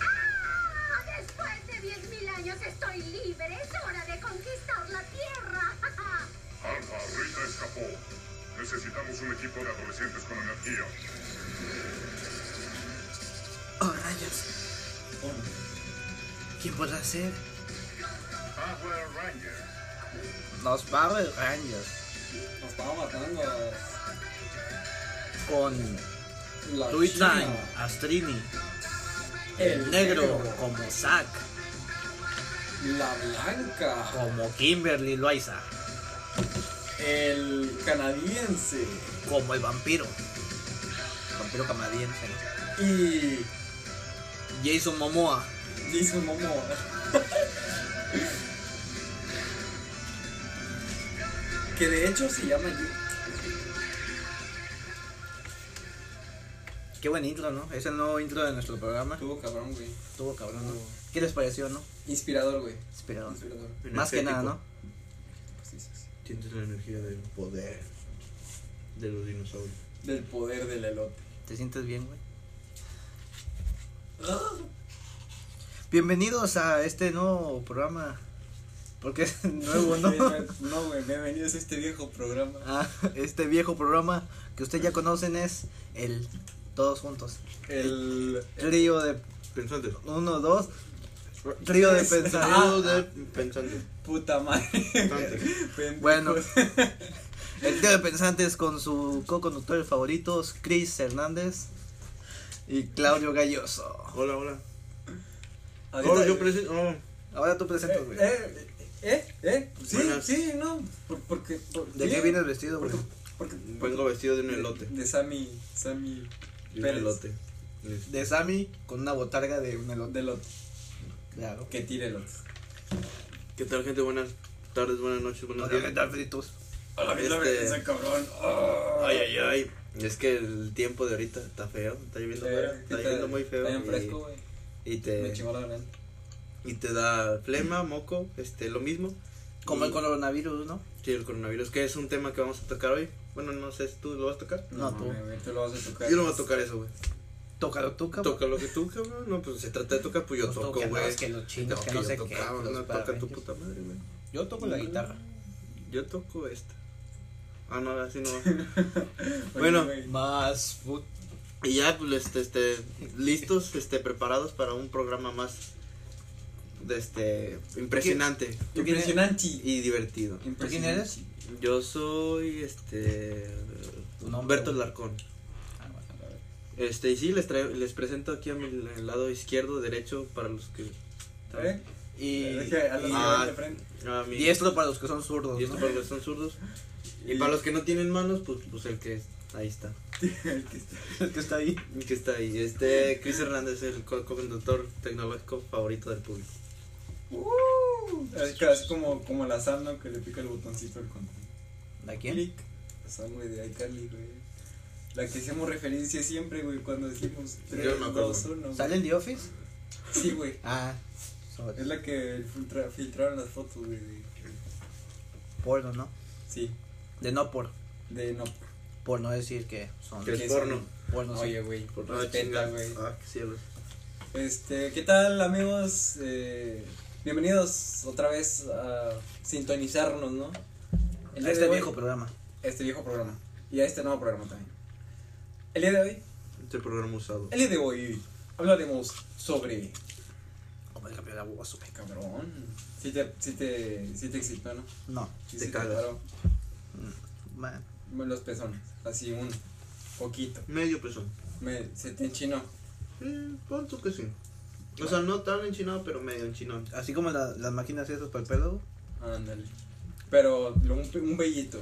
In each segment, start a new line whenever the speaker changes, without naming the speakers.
¡Ah! Después de 10.000 años estoy libre. Es hora de conquistar la Tierra.
Alfa, Rita escapó. Necesitamos un equipo de adolescentes con energía.
Oh, rayos. Oh. ¿Quién podrá ser?
Power Ranger.
Los Power Rangers.
Nos estaba matando a
Con
la
Tui
China.
Time, Astrini. El negro como Zack,
La blanca.
como Kimberly Loaiza,
El canadiense.
como el vampiro. Vampiro canadiense.
Y
Jason Momoa.
Jason Momoa. que de hecho se llama Yu-
Qué buen intro, ¿no? Es el nuevo intro de nuestro programa.
Tuvo cabrón, güey.
Estuvo cabrón, ¿no? ¿Qué les pareció, no?
Inspirador, güey.
Inspirador.
Inspirador.
Más que nada, ¿no?
Pues dices.
Tienes este la energía del poder de los dinosaurios.
Del poder del elote.
¿Te sientes bien, güey? Bienvenidos a este nuevo programa. Porque es nuevo, ¿no?
No, güey. Bienvenidos a este viejo programa.
A este viejo programa que ustedes ya conocen es el Todos Juntos.
El.
Trío de
Pensantes.
uno, dos. Trío de pensadores.
Trío
Ah.
de pensantes.
Puta madre.
Pensantes.
Pendejos.
Bueno. El trío de pensantes con su co-conductor favoritos, Chris Hernández y Claudio Galloso.
Hola, hola.
Ahorita-
Ahora yo presento. oh,
Ahora tú presentas, güey. ¿De
Eh, eh, eh. Sí,
Buenas.
sí, no. por- porque. por- sí,
qué vienes vestido, güey?
Porque.
vengo vestido Pues de un elote.
De Sammy. Sammy.
De un
Pérez.
elote.
De Sammy con una botarga de un elote.
De elote.
Claro.
Que tire elotes.
¿Qué tal, gente? Buenas tardes, buenas noches,
No
buenos
deben
días.
dar fritos.
A la
Este-
vez ese cabrón. Oh.
Ay, ay, ay. Es que el tiempo de ahorita está feo. Está lloviendo
Eh,
fuera,
¿qué
Está
tal?
lloviendo muy feo.
Está bien
y-
fresco, güey.
Y
Me
te,
chingó la verdad.
y te da flema, moco, este, lo mismo.
Como el
Y-
coronavirus, ¿no?
Sí, el coronavirus, que es un tema que vamos a tocar hoy. Bueno, no sé, ¿tú lo vas a tocar?
No, tú.
mames, güey, tú lo vas a tocar.
Yo no voy a tocar eso, güey.
Tócalo tú, cabrón.
Toca lo que tú, cabrón. No, pues se trata de tocar, pues yo
Los
toco,
toca, no,
güey.
es que los chinos,
No, pues,
que no
yo
sé qué,
tocaba,
los
no, toca tu
paraguayos.
puta madre, güey.
Yo toco la guitarra.
Yo toco esta. Ah, no, así no. va.
Oye,
Bueno.
güey,
Más food.
y ya, pues, este, este, listos, este, preparados para un programa más, de este, impresionante
¿Tú quién eres?
Impresionante.
y divertido.
¿Tú quién eres?
Yo soy, este,
Tu nombre,
Humberto
güey.
Larcón. Este, y sí, les, traigo- les presento aquí a mi el lado izquierdo, derecho, para los que...
¿Eh?
Y,
Es que a los
y-
Ah,
de frente.
a mi-
y esto para los que son zurdos,
y esto
¿no?
para los que son zurdos. Y para los que no tienen manos, pues, pues el que ahí está.
El que está-
El que está ahí.
El que está ahí. Este, Chris Hernández, el co- co-conductor tecnológico favorito del público.
Es que así como, como la Sam, ¿no? Que le pica el botoncito al control.
¿De quién?
Clic. La Sam, güey, de iCarly, güey. La que hacemos referencia siempre, güey, cuando decimos
Yo
3,
me acuerdo.
2, 1.
¿Sale en The Office?
Sí, güey.
Ah,
Es la que filtra- filtraron las fotos, güey. de-
porno, ¿no?
Sí,
De no por,
de no.
por no decir que son
Que
¿Qué
es porno.
porno. sí.
Oye, güey,
Por
respeta, güey.
Ah, qué cielos.
Este, ¿qué tal, amigos? Eh, bienvenidos otra vez a sintonizarnos, ¿no? El día
este
de hoy-
viejo programa.
este viejo programa. Y a este nuevo programa también. El día de hoy,
Este programa usado.
el día de hoy hablaremos sobre.
Como el campeón de la voz, güey.
Cabrón. Si te, si te, si te excitó, ¿no?
No,
Sí,
Te
sí
cagas.
paró.
man.
Los pezones. Así un poquito.
Medio pezón.
Me, se te enchinó.
Mm, pon tú que sí. O sea, no tan enchinado, pero medio enchinado.
Así como la- las máquinas esas para el pelo. güey.
Ándale. Pero lo- un, un bellito.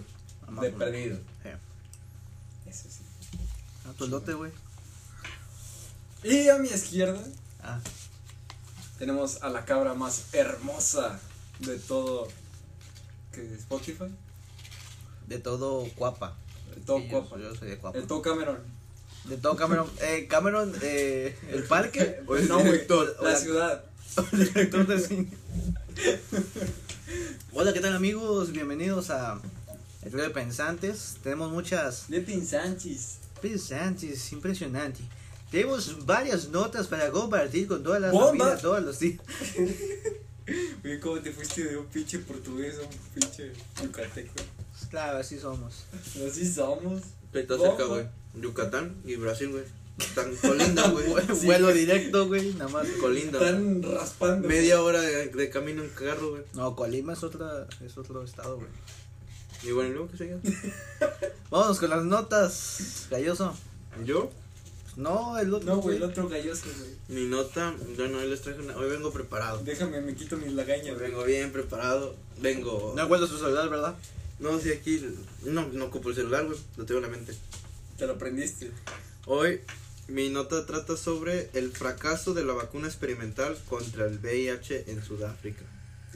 Amá,
De
güey.
perdido.
Sí.
Eso sí.
Ah, tu elote, güey.
Y a mi izquierda
Ah,
tenemos a la cabra más hermosa de todo que Spotify.
de todo guapa.
De todo
Sí, yo-
Cuapa.
Yo, soy de guapa.
De todo Cameron.
De todo Cameron. Eh, Cameron, eh, el parque.
O el
no, güey.
director,
La
o la-
ciudad.
el director de cine. Hola, ¿qué tal amigos? Bienvenidos a El Trío de Pensantes. Tenemos muchas
Nepin Sánchez.
pensantes, impresionante. Tenemos varias notas para compartir con toda la
¡Bomba!
familia, todos los días.
Oye, ¿cómo te fuiste de un pinche portugués a un pinche yucateco?
Claro, así somos.
Así somos.
Está
¿Cómo?
cerca, güey. Yucatán y Brasil, güey. Tan colinda, güey.
Vuelo directo, güey, nada más.
Colinda. güey.
Están raspando.
Media hora de, de camino en carro, güey.
No, Colima es, otra, es otro estado, güey.
Y bueno, ¿y luego qué seguía?
Vamos con las notas, Galloso.
Yo,
No, el otro.
No, güey, el otro galloso, güey.
mi nota, bueno, hoy les traje una. Hoy vengo preparado.
Déjame, me quito mis
Hoy
lagañas, güey.
vengo bien preparado. Vengo.
No acuerdo su celular, ¿verdad?
No, si aquí. No, no ocupo el celular, güey. Lo tengo en la mente.
Te lo aprendiste.
Hoy mi nota trata sobre el fracaso de la vacuna experimental contra el VIH en Sudáfrica.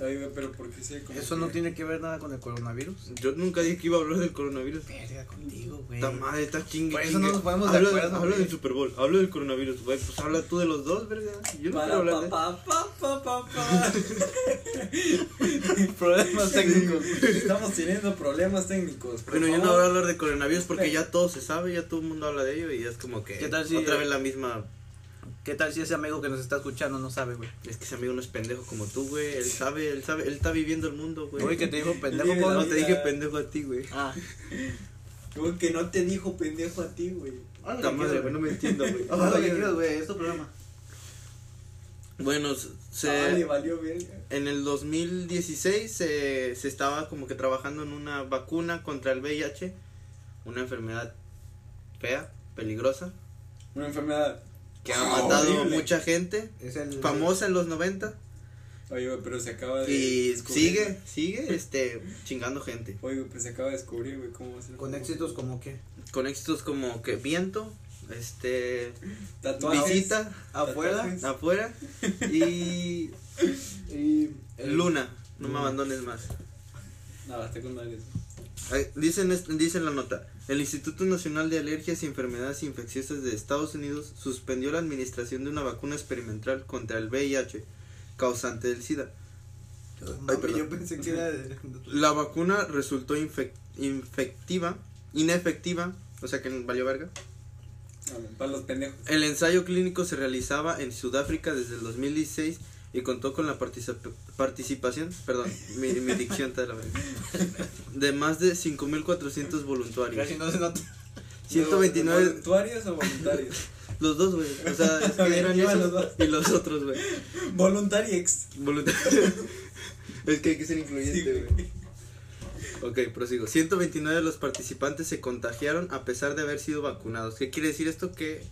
Ay, güey, pero ¿por qué se como
Pues Eso no
que-
tiene que ver nada con el coronavirus.
Yo nunca dije que iba a hablar del coronavirus.
Verga contigo, güey.
Esta madre está chingue.
Por eso
chingue.
no nos ponemos de
habla,
acuerdo,
Habla
güey.
del Super Bowl, habla del coronavirus, güey. Pues habla tú de los dos, verga. Yo no quiero
Para
hablar de
pa pa pa pa pa pa.
Problemas técnicos.
Estamos teniendo problemas técnicos. por
Bueno, yo no voy
favor.
a hablar de coronavirus porque ya todo se sabe, ya todo el mundo habla de ello y es como que
¿Qué tal si-
otra vez la misma.
¿Qué tal si ese amigo que nos está escuchando no sabe, güey?
Es que ese amigo no es pendejo como tú, güey. Él sabe, él sabe, él está viviendo el mundo, güey.
Güey, que te dijo pendejo,
Vive la
No
¿cómo
te
te
vida.
dije pendejo a ti, güey.
Ah,
Güey, que no te dijo pendejo a ti, güey.
Esta madre, güey, no me entiendo, güey.
Ojalá
Ay,
que quieras,
güey, es tu programa.
Bueno, se.
Ay, Ah, le valió verga.
En el 2016 se, se estaba como que trabajando en una vacuna contra el VIH, una enfermedad fea, peligrosa,
Una enfermedad.
que ha
Ah,
matado
horrible.
mucha gente,
es el.
famosa en los 90
Oye, güey, pero se acaba de.
y
descubrir,
sigue,
güey.
sigue este chingando gente.
Oye, güey, pero se acaba de descubrir, güey, cómo va a ser.
Con éxitos como que.
Con éxitos como que viento, este
Tatuajes.
visita
Afuera.
Tatuajes.
afuera y
Y. el-
luna, no me
Luna.
abandones más.
Nada, está con madres.
Ay, Dicen, es- dicen la nota, el Instituto Nacional de Alergias y Enfermedades Infecciosas de Estados Unidos suspendió la administración de una vacuna experimental contra el VIH, causante del SIDA.
Mami,
perdón.
yo pensé que era. de-
La vacuna resultó infec- infectiva, inefectiva, o sea que valió verga.
Ah, Para los pendejos.
El ensayo clínico se realizaba en Sudáfrica desde el 2016 y contó con la particip- participación, perdón, mi, mi dicción está de la verga, de más de 5.400 voluntarios.
Casi no se nota.
129
¿Voluntarios o voluntarios?
Los dos, güey. O sea, es que eran
Iban los
esos
dos.
y los otros, güey.
Voluntariex.
Voluntar- es que hay que ser incluyente, güey. Ok, prosigo. 129 de los participantes se contagiaron a pesar de haber sido vacunados. ¿Qué quiere decir esto? Que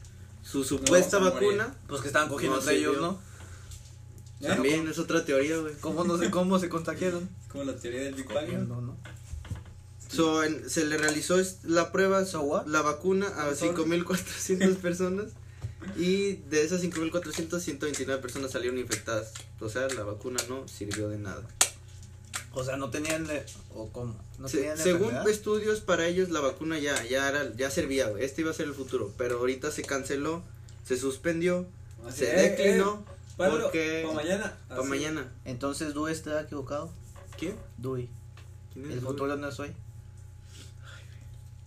su supuesta
vamos a
vacuna.
Pues que estaban cogiendo
No,
entre
sí,
ellos,
yo.
¿no?
¿Eh?
También es otra teoría, güey.
¿Cómo, no se, ¿Cómo se contagiaron?
Como la teoría del Big Bang. ¿no?
Cogiendo, ¿no?
So, en- se le realizó es- la prueba,
So what?
la vacuna a
I'm sorry.
5.400 personas. Y de esas 5.400, 129 personas salieron infectadas. O sea, la vacuna no sirvió de nada.
O sea, no tenían. le- ¿O cómo? ¿No
Se-
tenían la
según pues,
enfermedad?
estudios para ellos la vacuna ya ya era ya servía güey. este iba a ser el futuro pero ahorita se canceló se suspendió
Así,
¿Ah,
se
eh,
declinó
eh, páralo,
porque-
pa' mañana.
para
Así.
mañana
Entonces, Dewey está equivocado.
quién
Dewey.
¿Quién es,
El
güey?
futuro no es hoy.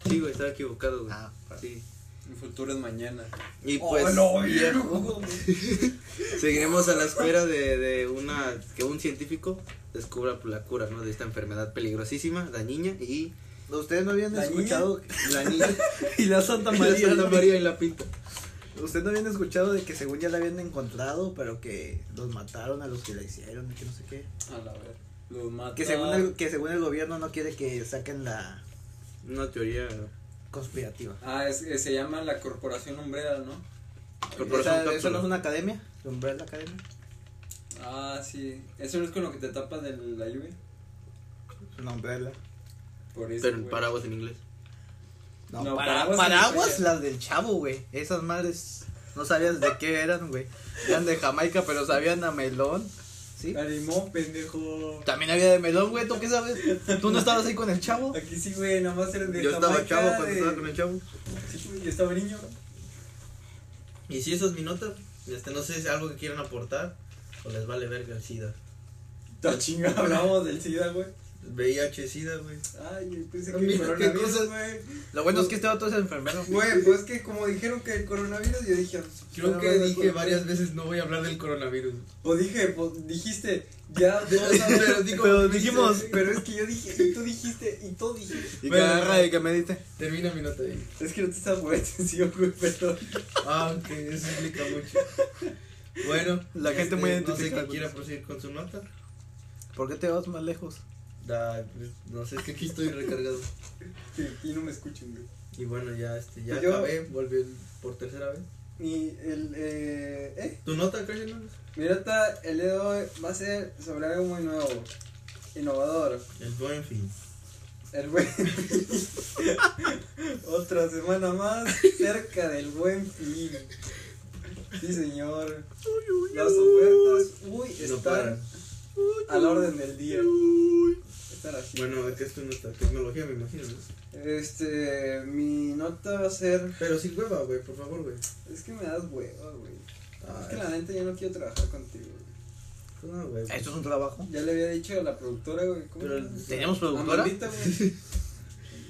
sí güey estaba equivocado güey.
Ah, oh, perdón.
sí
El futuro es mañana. Oh,
y pues ya seguiremos a la espera de, de una que un científico descubra pues, la cura no de esta enfermedad peligrosísima dañiña y
Ustedes no habían
¿La niña?
escuchado.
la niña
y la Santa
María, Santa María y la pinta
Ustedes no habían escuchado de que según ya la habían encontrado, pero que los mataron a los que la hicieron y que no sé qué.
A la ver. Lo mata.
Que según el, que según el gobierno no quiere que saquen la
una teoría
conspirativa.
Ah, es, eh, se llama la corporación umbrera, ¿no?
Corporación
Esa- ¿Eso
Cápsula.
no es una academia? ¿Umbrella Academy?
Ah, sí. Eso no es con lo que te tapas de la lluvia.
Es una umbrella.
Por eso.
pero en
güey.
paraguas en inglés
No,
No,
para-
paraguas
paraguas,
en la
las del chavo, güey. Esas madres no sabías de qué eran, güey. Eran de Jamaica, pero sabían a melón. ¿Sí?
Animó, pendejo.
También había de melón, güey. ¿Tú qué sabes? ¿Tú no estabas ahí con el chavo?
Aquí sí, güey, nada más eran de
yo estaba
Jamaica,
chavo cuando
de-
estaba con el chavo
Sí, güey, yo estaba niño.
Y si eso es mi nota, este, no sé si es algo que quieran aportar o les vale verga el SIDA.
Ta chinga, hablábamos del SIDA, güey.
VIH, SIDA, güey.
Ay, yo pensé que
Mira,
el
qué
coronavirus,
cosas.
güey.
Lo bueno es que este otro es enfermero.
Güey, pues que como dijeron que el coronavirus, yo dije. pues,
Creo
no
que
hablar del
dije
coronavirus.
varias veces no voy a hablar del coronavirus.
O dije, pues, dijiste, ya todos
Pero
hablan-
digo,
Pero dijimos.
Pero es que yo dije, y tú dijiste, y tú dijiste.
Y que
Bueno.
agarra y que medite.
Termina mi nota ahí.
Es que no te estaba poniendo atención, güey, perdón.
Ah, ok, eso explica mucho. Bueno, este,
La gente muy
No sé
identificada.
quién quiera proseguir con su nota.
¿Por qué te vas más lejos?
Da, pues, no sé, es que aquí estoy recargado.
Y, y no me escuchan, güey.
Y bueno, ya, este, ya
Yo-
acabé, volví el- por tercera vez.
Y el, eh, eh.
¿Tu nota, Carlos?
Mi nota, el día de hoy va a ser sobre algo muy nuevo, innovador.
El buen fin.
El buen Otra semana más cerca del buen fin. Sí, señor. Las ofertas, uy,
No
están
paran.
a la orden del día. Están aquí.
Bueno, ¿qué es tu nota? Tecnología, me imagino, ¿no?
Este, mi nota va a ser.
Pero sin hueva, güey, por favor, güey.
Es que me das hueva, güey. Es que
Ay,
la neta yo no quiero trabajar contigo. güey.
no, güey.
Esto es un trabajo.
Ya le había dicho a la productora, güey. ¿Cómo?
Pero-
se llama?
¿Teníamos productora?
Amandita, güey.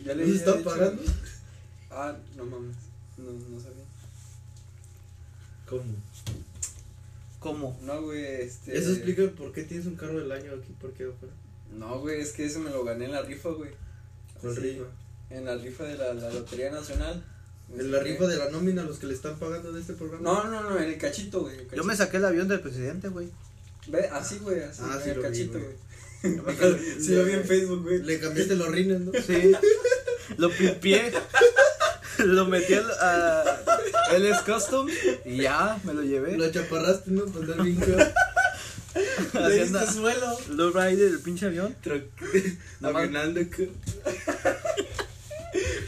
Ya le
¿Nos
había
está
dicho-
pagando?
Ah, no mames. No, no sabía.
¿Cómo?
¿Cómo?
No, güey, este.
Eso explica por qué tienes un carro del año aquí, por qué afuera.
No, güey, es que eso me lo gané en la rifa, güey.
Con
Sí,
rifa.
En la rifa de la, la Lotería Nacional.
En la rifa de la nómina, los que le están pagando de este programa.
No, no, no, en el cachito, güey. el
Yo me saqué el avión del presidente, güey.
cachito. Ve, así, güey, así.
Ah,
en
sí
el
lo vi,
cachito,
güey.
güey. Sí, lo vi en Facebook, güey.
Le cambiaste los rines, ¿no?
Sí. Lo pimpié. Lo metí al- a LS Custom y ya me lo llevé.
Lo chaparraste, ¿no? Para andar bien claro.
Le
Haciendo
diste suelo.
low rider el pinche avión. Nada más.
Caminando, ¿qué?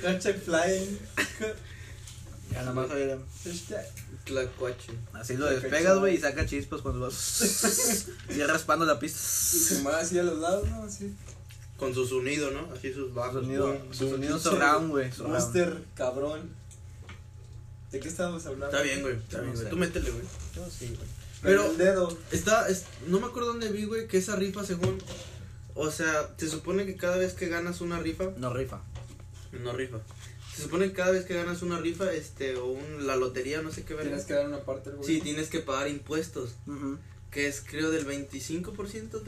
Hashtag flying.
Ya nada más era-
Hashtag.
Tlacuache.
Así lo despegas, güey, y saca chispas cuando vas. Y raspando la pista.
Y se mueve así a los lados, ¿no? Así.
Con su sonido, ¿no? Así sus bajos.
Sonido,
güey.
sonido surround, güey. surround.
Monster, cabrón. ¿De qué estábamos hablando?
Está bien, güey. Está bien, güey. Tú métele, güey.
Yo sí, güey.
Pero
Pero-
el dedo.
Está, es- no me acuerdo dónde vi, güey, que esa rifa, según. O sea, se supone que cada vez que ganas una rifa.
No rifa.
No rifa. Se supone que cada vez que ganas una rifa, este, o un, la lotería, no sé qué verga.
Tienes que dar una parte al güey.
Sí, tienes que pagar impuestos.
Ujú.
Que es, creo, del 25%, 30%.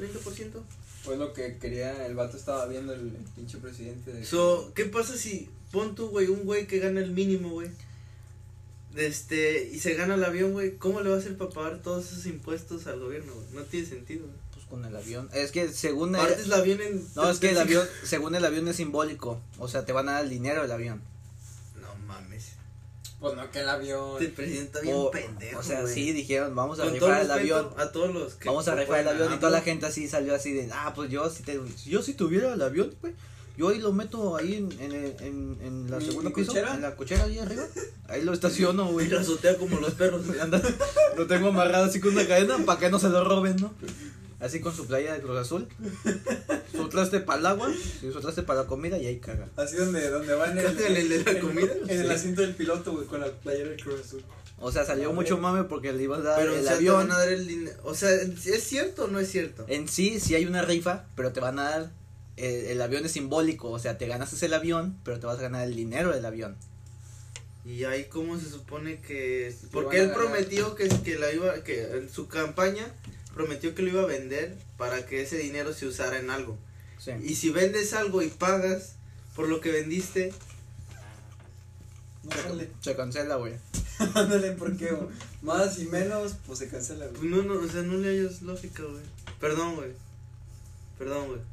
Fue lo que quería, el vato estaba viendo el, el pinche presidente. De...
So, ¿qué pasa si pon tú, güey, un güey que gana el mínimo, güey? Este, y se gana el avión, güey. ¿Cómo le va a hacer para pagar todos esos impuestos al gobierno, güey? No tiene sentido. güey.
Pues con el avión. Es que según. el-
Partes el avión en.
No, es que el avión, según el avión es simbólico. O sea, te van a dar el dinero del avión.
No mames.
Pues no, que el avión.
Te presenta bien
o,
pendejo.
o sea,
güey.
sí, dijeron, vamos a
Con todo
rifar el
respeto
avión.
A todos los que.
Vamos a rifar el
proponen
avión. Y toda la
AMLO.
gente así salió así de, ah, pues yo si, te- yo si tuviera el avión, pues, yo ahí lo meto ahí en, en, en, en la
¿Mi-
segunda
mi
piso,
cochera?
en la cochera ahí arriba. Ahí lo estaciono,
Y
güey.
lo azotea como los perros. güey.
Anda, lo tengo amarrado así con una cadena para que no se lo roben, ¿no? Así con su playa de Cruz Azul. Su traste para el agua, y su traste para la comida y ahí caga.
Así donde, donde va en el,
Casi el- el de la comida.
En el asiento del piloto, güey, con la playera del Cruz Azul.
O sea, salió mucho mame porque le iban a dar
Pero o
el
sea, te
avión.
van a dar el dinero. O sea, ¿es cierto o no es cierto?
En sí, sí hay una rifa, pero te van a dar. eh, el avión es simbólico, o sea, te ganas el avión, pero te vas a ganar el dinero del avión.
Y ahí cómo se supone que
van
porque
a
él
ganar.
prometió que, que la iba que en su campaña prometió que lo iba a vender para que ese dinero se usara en algo.
Sí.
Y si vendes algo y pagas por lo que vendiste,
No sale.
Se cancela, güey.
Ándale, porque güey, más y menos, pues se cancela,
pues
güey.
no, no, o sea, no le hayas lógica, güey. Perdón, güey. Perdón, güey.
No,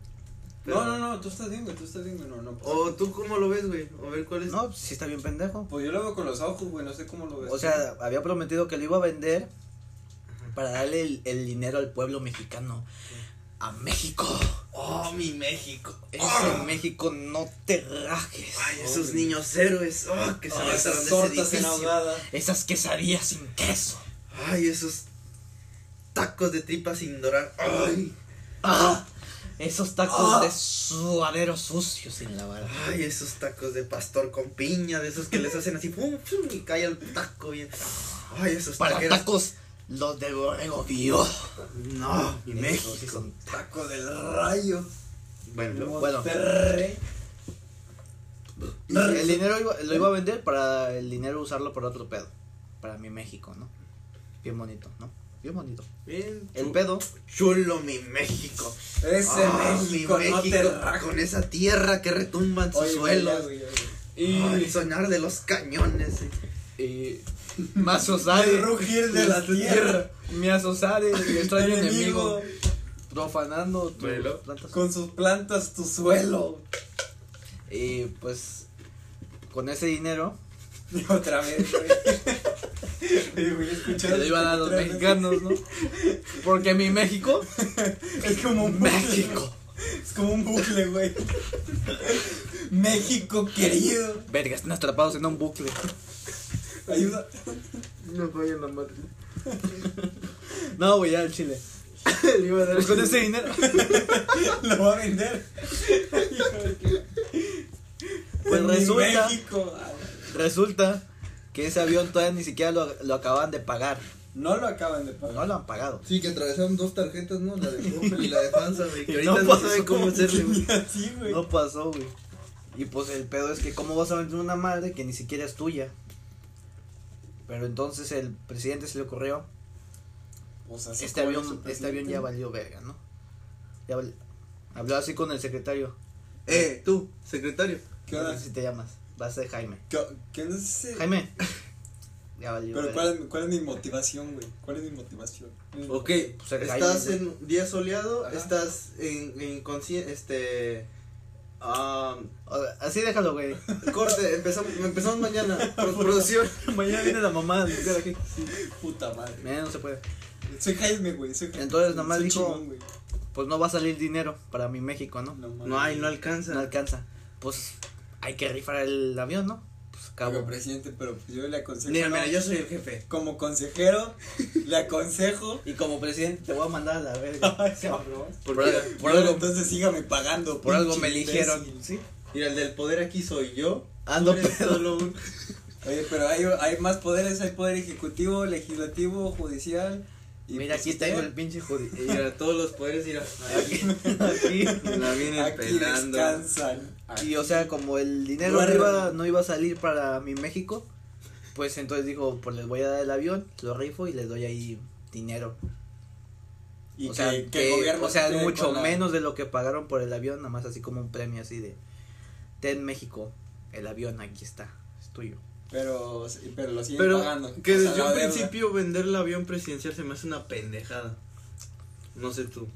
Pero- Oh.
no, no, tú estás bien, güey, tú estás bien, güey, no, pues, no.
O tú cómo lo ves, güey? O ver cuál es.
No, pues, sí está bien pendejo.
Pues yo lo veo con los ojos, güey, no sé cómo
Pues
lo ves. Ah,
O sea, había prometido que lo iba a vender para darle el, el dinero al pueblo mexicano. A México.
Oh, mi México. Ah.
Ese México no te rajes.
Ay, esos niños héroes. Oh, que se
Ah, esas
lanzaron de ese
tortas en
edificio.
ahogada.
Esas quesadillas sin queso.
Ay, esos tacos de tripa sin dorar. Ay,
Ah, esos tacos
Ah.
de suadero sucio sin lavar.
ay, esos tacos de pastor con piña, de esos que les hacen así pum, pum, y cae el taco bien. Ay, esos
Para
taqueros.
tacos, los de borrego vio.
No, mi
Esos sí
México.
son-
Taco del rayo.
Bueno, lo- bueno.
Monterrey.
El dinero iba- lo iba a vender para el dinero usarlo para otro pedo. Para mi México, ¿no? Bien bonito, ¿no? Bien bonito.
Bien.
El
chu-
pedo.
Chulo mi México.
Ese
Ah,
México,
mi
no te
México,
rajo.
con esa tierra que retumba en sus
Oye, güey, ya,
suelos.
güey, ya,
Y
güey.
sonar de los cañones. eh.
Y. Más
El
osade.
rugir de la tierra.
Mi asosare, el extraño enemigo.
Enemigo,
Profanando tus
Güey, ¿no?
plantas.
con sus plantas tu suelo.
Y pues. Con ese dinero.
Y otra vez, güey. Oye, güey, escucha-
Se lo iban a los
otra vez.
mexicanos, ¿no? Porque mi México.
Es como un bucle,
México.
güey. Es como un bucle, güey. México querido.
Verga, están atrapados en un bucle.
Ayuda.
No vayan a matar.
No, güey, ya al chile. Pues con ese dinero.
Lo va a vender.
Pues
Mi
resulta.
México. Ah,
Resulta que ese avión todavía ni siquiera lo, lo acaban de pagar.
No lo acaban de pagar.
No lo han pagado.
Sí, que atravesaron dos tarjetas, ¿no? La de Coppel y la de Fanza, güey.
Que
Y
ahorita
no
no,
pasó.
saben cómo hacerle. güey.
Ni así, güey.
No pasó, güey. Y pues el pedo es que cómo vas a vender una madre que ni siquiera es tuya. Pero entonces el presidente se le ocurrió,
O sea,
este avión, este avión ya valió verga, ¿no? Ya valió. Habló así con el secretario.
Eh, tú, secretario.
¿Qué
no
onda?
sé si te llamas. Va a ser Jaime.
¿Qué, qué onda ese?
Jaime. Ya valió.
Pero
verga.
¿cuál, es- ¿cuál es mi motivación, güey? ¿Cuál es mi motivación?
Ok,
Pues el
estás
Jaime,
en día soleado,
Ajá.
estás en, en conscien- este... ah,
O sea, Así déjalo, güey.
corte, empezamos, empezamos mañana, pro- producción.
Mañana viene la mamá de limpiar aquí.
Puta madre.
Mira, Eh, no se puede.
Soy Jaime, güey. Soy Jaime.
Entonces, nomás
Soy
dijo-
chingón, güey.
Pues no va a salir dinero para mi México, ¿no?
mames.
No hay, no
no
alcanza.
alcanza. Pues hay que rifar el avión, ¿no? Pues
Oiga,
cabo.
presidente, pero pues yo le aconsejo.
Mira,
¿no?
mira, yo soy el jefe.
Como consejero, le aconsejo.
Y como presidente te voy a mandar a la verga.
Cabrón.
Por,
Por- por
Yo,
algo-
Entonces sígame pagando.
Por algo
pinche
me eligieron.
imbécil.
¿Sí?
mira, el del poder aquí soy yo.
Ando
Tú eres
pedo.
solo un-
Oye, pero hay, hay más poderes: hay poder ejecutivo, legislativo, judicial. y
Mira,
pues,
aquí tengo
usted
el pinche judío.
Y Mira, todos los poderes, mira.
Aquí, aquí.
La vienen
Aquí
pelando.
descansan. Aquí.
Y o sea, como el dinero no
Guarda.
iba, no iba a salir para mi México, pues entonces dijo, pues les voy a dar el avión, lo rifo y les doy ahí dinero.
Y
o
que,
sea,
que el
que-
gobierno
o sea,
quede
mucho
con la-
menos de lo que pagaron por el avión, nada más así como un premio así de Ten México, el avión aquí está, es tuyo.
Pero, pero lo siguen
Pero
pagando.
que
O sea,
desde
la
un
deuda.
principio vender el avión presidencial se me hace una pendejada. No sé tú.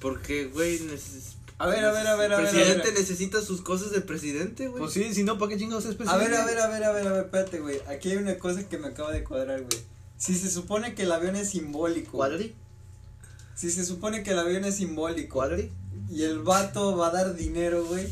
Porque, güey, neces-
A ver, a ver, a ver, a ver.
el
a ver.
presidente necesita sus cosas de presidente, güey.
Pues sí, si no, ¿para qué chingados es
pues,
A ver,
presidente?
a ver, a ver, a ver, a ver, espérate, güey. Aquí hay una cosa que me acaba de cuadrar, güey. Si se supone que el avión es simbólico.
¿Cuadri?
Si se supone que el avión es simbólico.
¿Cuadri?
Y el vato va a dar dinero, güey.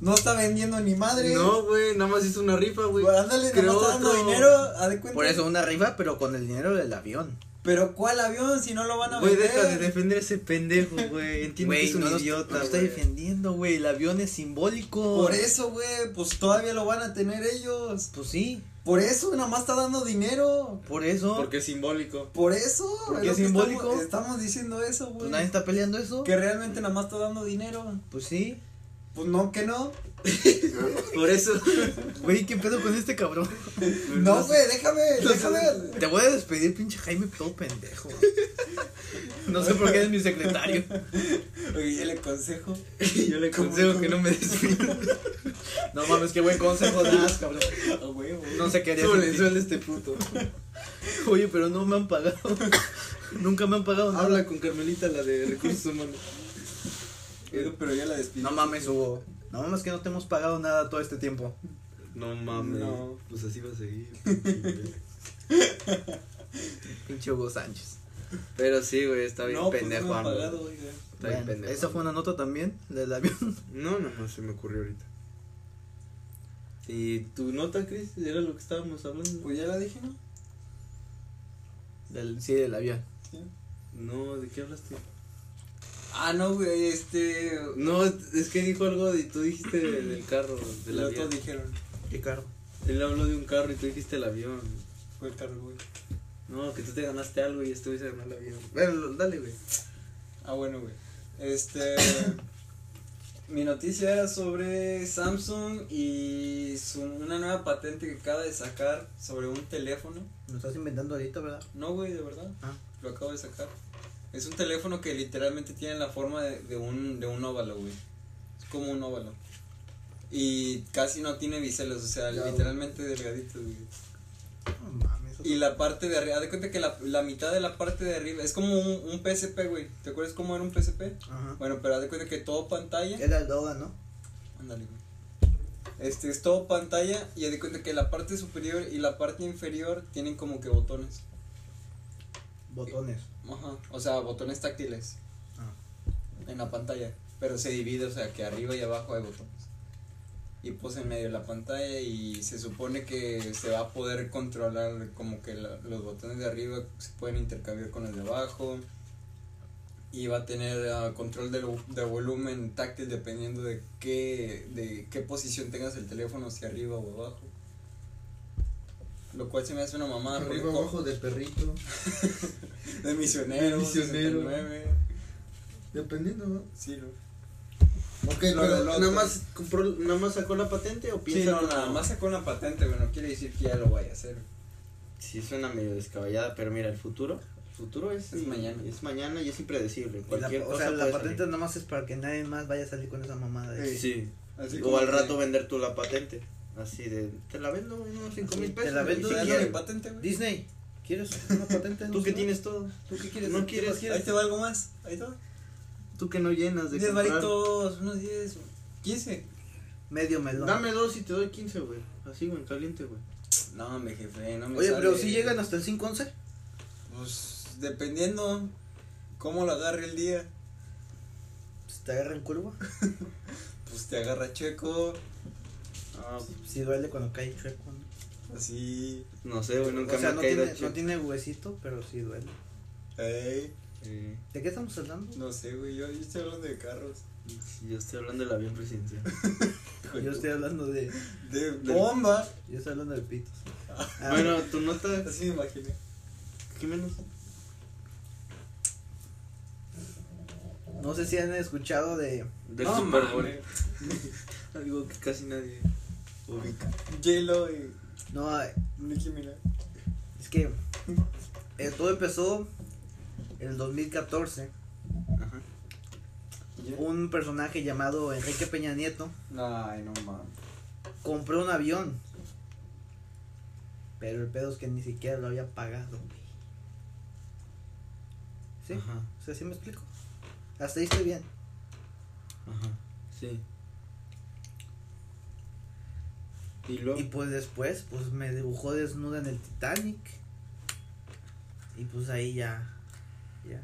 No está vendiendo ni madre. Pues,
No, güey, nada más hizo una rifa, güey.
Güey, Ándale, nada
Creó
más está dando
otro-
dinero, haz de cuenta.
Por eso, una rifa, pero con el dinero del avión.
Pero ¿cuál avión si no lo van a
Güey,
vender?
deja de defender a ese pendejo, güey. Entiendo que
Güey,
es un
no lo-
idiota,
no lo está
güey.
defendiendo, güey, el avión es simbólico.
Por eso, güey, pues todavía lo van a tener ellos.
Pues sí,
Por eso, nada más está dando dinero.
por eso.
Porque es simbólico.
Por eso.
Porque
lo
es
que
simbólico.
Estamos, estamos diciendo eso,
Pues
güey.
nadie está peleando eso.
Que realmente nada más está dando dinero.
Pues sí.
Pues no, que no.
Por eso.
Güey, ¿qué pedo con este cabrón?
No, güey, déjame, déjame.
Te voy a despedir, pinche Jaime, todo pendejo. No sé por qué eres mi secretario.
Oye, yo le aconsejo.
Yo le
¿Cómo,
aconsejo
cómo?
que no me despida.
No mames, qué buen consejo das, cabrón.
A huevo.
No sé qué harías
Súbele,
sin ti.
suele este puto.
Oye, pero no me han pagado. Nunca me han pagado nada.
Habla con Carmelita, la de recursos humanos.
Pero, pero yo la despido.
No mames, Hugo. No mames que no te hemos pagado nada todo este tiempo.
No mames.
No.
Pues así va a seguir.
Pinche Hugo Sánchez.
Pero sí, güey, está bien
No, pues
pendejo.
no me han
Arnold.
pagado, oiga.
Está bien
Bueno,
pendejo.
esa fue una nota también del avión.
No, nomás se me ocurrió ahorita. ¿Y tu nota, Chris? Era lo que estábamos hablando.
Pues ya la dije, ¿no?
Del, sí, del avión.
Sí.
No, ¿de qué hablaste?
Ah, no, güey, este.
No, es que dijo algo y tú dijiste del carro, del
Los
avión.
otros dijeron.
Qué caro.
Él habló de un carro y tú dijiste el avión.
Fue el carro, güey.
No, que tú te ganaste algo y estuviste ganando el avión. Bueno, dale, güey.
Ah, bueno, güey. Este. mi noticia era sobre Samsung y su, una nueva patente que acaba de sacar sobre un teléfono.
Lo estás inventando ahorita, ¿verdad?
No, güey, de verdad.
Ah.
Lo acabo de sacar. Es un teléfono que literalmente tiene la forma de, de un, de un óvalo, güey. Es como un óvalo. Y casi no tiene biseles, o sea,
Ya, güey.
literalmente delgadito, güey.
No mames.
Y la parte de arriba, haz de cuenta que la, la mitad de la parte de arriba es como un, un PSP, güey. ¿Te acuerdas cómo era un PSP?
Ajá.
Bueno, pero haz de cuenta que todo pantalla.
Era el Doga, ¿no?
Ándale, güey. Este es todo pantalla y haz de cuenta que la parte superior y la parte inferior tienen como que botones.
Botones.
Ajá, o sea, botones táctiles.
Ah.
En la pantalla. Pero se divide, o sea, que arriba y abajo hay botones. Y pues en medio de la pantalla y se supone que se va a poder controlar como que la- los botones de arriba se pueden intercambiar con los de abajo. Y va a tener ah, control del vo- de, volumen táctil dependiendo de qué, de qué posición tengas el teléfono, si arriba o abajo. Lo cual se me hace una mamada. porque
Arriba,
co-
abajo, de perrito.
de misionero.
De misionero.
69.
Dependiendo, ¿no?
Sí, no.
Ok,
Lo-
pero
lo-
¿Nada más, compró, ¿Nada más sacó la patente o
Sí,
piensa?
no, nada más sacó una patente, pero no quiere decir que ya lo vaya a hacer.
Sí, suena medio descabellada, pero mira, el futuro. El futuro es,
Es mañana.
Es mañana y es impredecible.
Y la-
Cualquier
o sea,
cosa
la
puede
patente
salir.
nomás es para que nadie más vaya a salir con esa mamada. de-
Sí.
Así
o
como
al
que-
rato vender tú la patente. Así de, te la vendo unos 5 mil
Te
pesos.
la
güey,
vendo,
si
¿Tú
ya no
quieres.
quieres patente, güey?
Disney, ¿quieres una patente?
Tú que
nacional?
tienes todo.
¿Tú qué quieres?
No
¿Qué
quieres.
más
Ahí te va algo más. Ahí está.
Tú que no llenas de
10
comprar.
varitos, unos 10, 15.
Medio melón.
Dame dos y te doy 15, güey. Así, güey, caliente, güey.
No, me jefe, no me
Oye, pero
sale.
si llegan hasta el 511.
Pues dependiendo cómo lo agarre el día.
Pues te agarran curva.
Pues te agarra checo,
Ah,
Si duele cuando cae chueco. ¿no?
así.
pues, no sé, güey, nunca
o sea,
me
no
ha caído
tiene,
chido.
no tiene huesito, pero sí duele.
Ey,
Eh,
¿De qué estamos hablando?
no sé, güey. Yo, yo estoy hablando de carros.
sí, yo estoy hablando del avión presidencial.
Yo estoy hablando de.
De bomba.
Yo estoy hablando de pitos. Ah,
bueno, tu nota,
Así me imaginé.
¿qué menos?
No sé si han escuchado de.
Del
No
Super Bowl.
mames.
Algo que casi nadie ubica.
J-Lo y
No,
Nicki Minaj.
es que. eh, todo empezó en el 2014.
Ajá.
Un personaje llamado Enrique Peña Nieto
Ay, no mames.
compró un avión. Pero el pedo es que ni siquiera lo había pagado, güey. ¿Sí?
Ajá,
O sea, ¿sí me explico? Hasta ahí estoy bien.
ajá. Sí. Y luego.
Y pues después, pues me dibujó desnuda en el Titanic. Y pues ahí ya. Ya.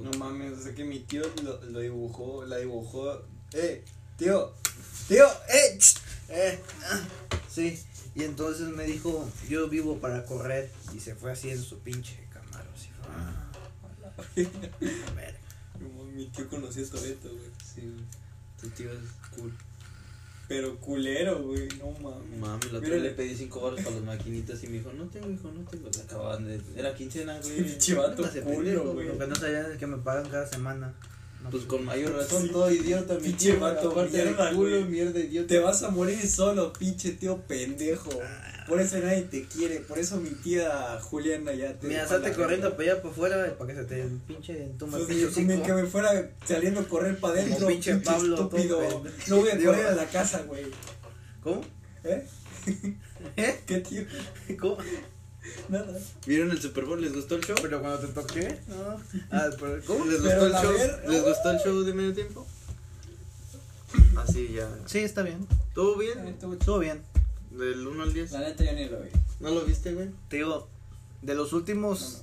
No mames, o sea que mi tío lo, lo dibujó, la dibujó. ¡Eh! ¡Tío! ¡Tío! ¡Eh! ch-
Eh, ah, sí. Y entonces me dijo, yo vivo para correr. Y se fue así en su pinche camaro. Así fue. ah, a ver.
Como Mi tío conocía Toreto, güey.
Sí, güey. Tu tío es cool.
Pero culero, güey. No
No
mames.
Mami, la otra
Mira,
le pedí 5 baros para las maquinitas y me dijo, no tengo, hijo, no tengo. Se acababan de. Era quincena, güey.
Pinche vato
Póngase
culo,
pendejo,
güey.
Lo que no sabían es que me pagan cada semana. No,
Pues
pues,
con mayor razón,
Sí.
todo idiota, mi
Pinche
tío.
vato,
aparte de
mierda,
culo,
güey.
mierda, idiota.
Te vas a morir solo, pinche tío pendejo.
Ah.
Por eso nadie te quiere. Por eso mi tía Juliana ya te.
Mira,
dejó
salte
la
corriendo
verga.
para allá para afuera para que se te pinche entuma el
Entonces,
pinche
yo como
hocico.
que me fuera saliendo a correr para adentro,
Como pinche
pinche,
Pablo, todo
estúpido.
pendejo.
No voy a
Digo-
correr a la casa, güey.
¿Cómo?
¿Eh?
¿Eh?
¿Qué tío?
¿Cómo?
Nada.
¿Vieron el Super Bowl? ¿Les gustó el show?
Pero cuando te toqué, no. Ah, pero ¿cómo?
¿Les
Pero
gustó el
la
show?
ver-
¿Les gustó el show de medio tiempo? Así ya.
Sí, está bien.
¿Todo bien?
Todo bien.
Del 1 al 10.
La neta yo ni lo vi.
¿No lo viste, güey?
Te digo, de los
No me
últimos
gusta.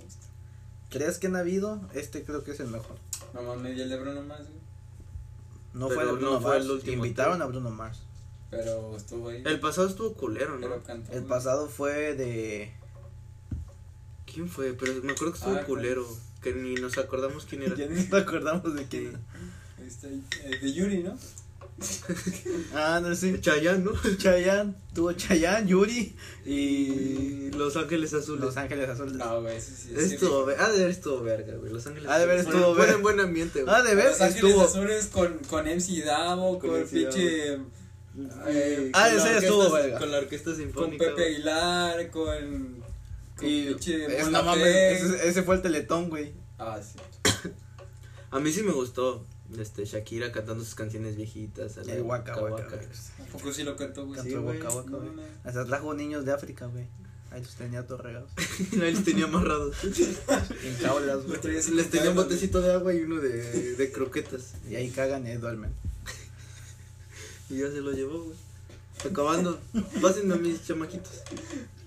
tres que han habido, este creo que es el mejor.
No mames, y el de Bruno más, güey.
No
Pero
fue el de
no
Bruno
fue
Mars.
el último,
Invitaron
tío.
a Bruno Mars.
Pero estuvo ahí.
El pasado estuvo culero, ¿no?
pero cantó.
El
güey.
pasado fue de.
¿Quién fue? Pero me acuerdo que estuvo
Ah,
culero.
pues.
Que ni nos acordamos quién era.
Ya ni-
No acordamos de quién.
Este, eh, de Yuri, ¿no?
Ah, no sé.
Chayanne, ¿no?
Chayanne, tuvo Chayanne, Yuri
Y Los Ángeles Azules.
Los Ángeles Azules.
No, güey, sí, sí. sí,
Estuvo, ver- ha de haber estuvo verga, güey. Los Ángeles
Ha de haber
Azules.
estuvo
Ponen-
verga.
ponen buen ambiente, güey.
Ah, de ver,
Los Ángeles
estuvo.
Azules con, con MC Davo,
Con
con,
MC Davo.
pinche. eh,
Ah,
con
ese
la orquesta-
estuvo, verga.
Con la orquesta
Con
sinfónica.
Pepe
güey.
Aguilar, con. con
Y
pinche
es-
Mon
no mames,
Laferte.
ese, ese fue el teletón, güey.
Ah, sí.
A mí sí me gustó este, Shakira cantando sus canciones viejitas. a la
El Waka Waka.
Waka.
güey.
¿A poco sí lo cantó, güey?
Cantó
Sí,
el
güey.
Waka Waka,
No,
güey.
no, no.
Hasta trajo niños de África, güey. Ahí los tenía todos regados.
Ahí los tenía amarrados.
En jaulas, güey.
Lo traía así
Les tenía un
colgando,
botecito de agua y uno de, de croquetas.
Y ahí cagan y ahí duermen.
Y ya se lo llevó, güey. Acabando. Pásenme a mis chamaquitos.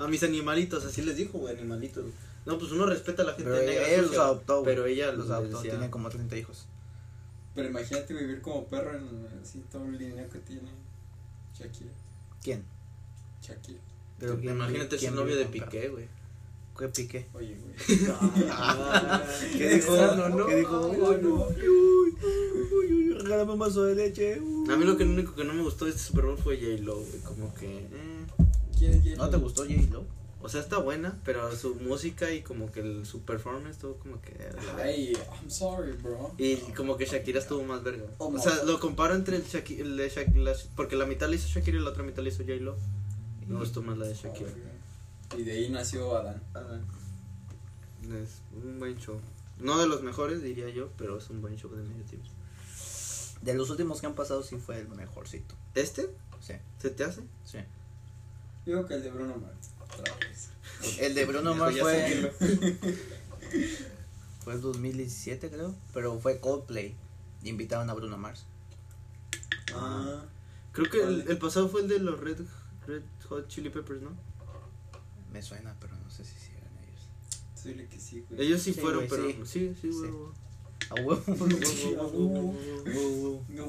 A mis animalitos, así les dijo, güey, animalitos. No, pues uno respeta a la gente
Pero
negra.
él
sucia,
los adoptó, güey.
Pero ella
Los
los
adoptó,
decía-
tiene como 30 hijos.
Pero imagínate vivir como perro en así todo el dinero que tiene Shakira.
¿Quién?
Shakira.
Pero ¿quién-
Imagínate
quién
ser novio de
vive con
Piqué, güey.
perro? ¿Qué Piqué?
Oye, güey.
¿Qué dijo?
No, no.
¿Qué dijo?
Ay,
Uy,
no.
uy, uy, uy, regálame un vaso de leche. uy.
A mí lo que lo único que no me gustó de este Super Bowl fue J-Lo, güey. Como que. eh,
¿Quién es J-Lo?
¿No te gustó J-Lo?
O sea, está buena, pero su música y como que el- su performance todo como que.
Ay, I'm sorry, bro.
Y como que Shakira estuvo más verga.
Oh,
o
no.
sea, lo comparo entre el Shaki- el de Shak- la- porque la mitad la hizo Shakira y la otra mitad la hizo J-Lo. Me gustó más la de Shakira.
Y de ahí nació Adán.
Es un buen show. No de los mejores, diría yo, pero es un buen show de medio tiempo.
De los últimos que han pasado sí fue el mejorcito.
¿Este?
Sí,
¿Se te hace?
sí.
Digo que el de Bruno Mars. Otra vez.
El de Bruno Mars
Ya sé
fue, fue el 2017 creo, pero fue Coldplay. Invitaron a Bruno Mars.
Ah,
Creo que el, el pasado fue el de los Red, Red Hot Chili Peppers, ¿no?
Me suena, pero no sé si sí eran ellos.
sí, le que sí, güey.
Ellos sí,
Sí,
fueron,
güey, sí.
pero. Sí, sí,
Sí.
güey, güey.
A huevo.
Sí, a huevo. No,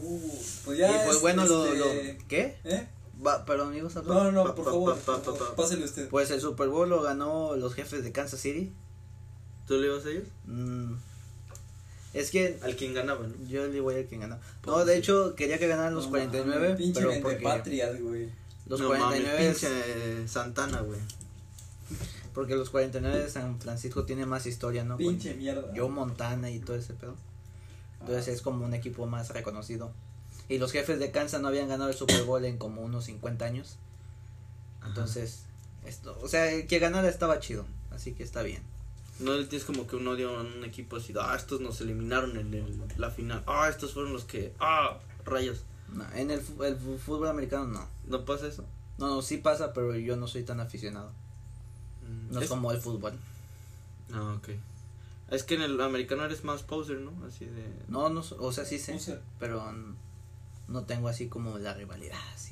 pues ya.
Y pues
es,
bueno, lo, lo-
este,
¿Qué?
¿Eh?
Va, perdón, ibas a
No, no,
hablar.
no, por
Pa, pa,
favor.
pa, pa, pa.
Pásale usted.
Pues el Super Bowl lo ganó los jefes de Kansas City.
¿Tú le ibas a ellos?
Mm, Es que
Al quien ganaba, ¿no?
yo le voy a quien ganó. No, de hecho quería que ganaran los
Pues, No,
49,
Pinche
pero
vende
porque
patrias, güey.
los
no,
49
mames, pinche Santana, güey.
Porque los 49 de San Francisco tiene más historia, ¿no? Con
Pinche mierda.
Joe Montana y todo ese pedo. Entonces
Ah.
es como un equipo más reconocido. Y los jefes de Kansas no habían ganado el Super Bowl en como unos 50 años. Entonces, esto, o sea, el que ganara estaba chido. Así que está bien.
No le tienes como que un odio a un equipo así. Ah, estos nos eliminaron en el- la final. Ah, estos fueron los que. Ah, rayos.
No, en el, fu- el fu- fútbol americano no.
¿No pasa eso?
No, no, sí pasa, pero yo no soy tan aficionado. No es
Es-
como el fútbol.
Ah, ok. Es que en el americano eres más poser, ¿no? Así de.
No, no, so- o sea, sí sé,
No sé.
pero n- no tengo así como la rivalidad. así.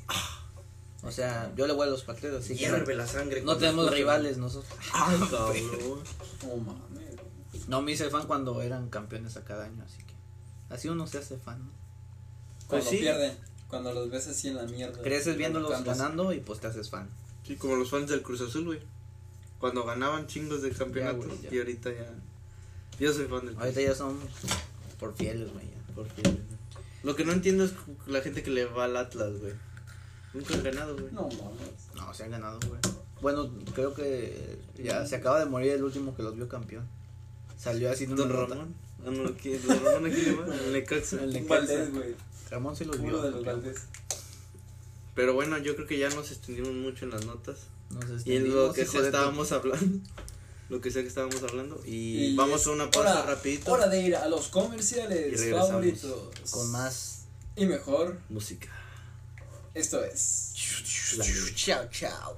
O sea, yo le voy a los partidos, sí. claro.
la sangre.
No tenemos rivales nosotros.
Ah, cabrón.
No mames. güey.
No me hice fan cuando eran campeones a cada año, así que. Así uno se hace fan, ¿no?
Cuando
sí.
pierden, cuando los ves así en la
Pues,
mierda.
Creces viéndolos
Cuando-
ganando y pues te haces fan.
Sí, como los fans del Cruz Azul, güey. Cuando ganaban chingos de campeonatos
güey, ya.
y ahorita ya. Yo soy fan del Cruz
Ahorita ya son por fieles, güey. ya.
Porque lo que no entiendo es la gente que le va al Atlas, güey. Nunca han ganado, güey.
No mames.
No, se han ganado, güey. Bueno, creo que ya se acaba de morir el último que los vio campeón. Salió así de
Don
una nota.
Ramón. Ah, no, ¿qué- Don Ramón aquí le va, al Necaxa.
El
Un
Necaxa.
Valdés, güey.
Ramón sí los
Uno
vio.
de los
campeón.
Valdés.
Pero bueno, yo creo que ya nos extendimos mucho en las notas.
Nos
Y en
extendimos,
lo que
hijo
sea
de tu-
estábamos hablando. Lo que sea que estábamos hablando. Y,
Y
vamos
es
a una pausa
hora-
rapidito.
Hora de ir a los
Y
comerciales
regresamos
favoritos.
Con más.
Y mejor,
Música.
esto es.
La neta.
Chao, chao.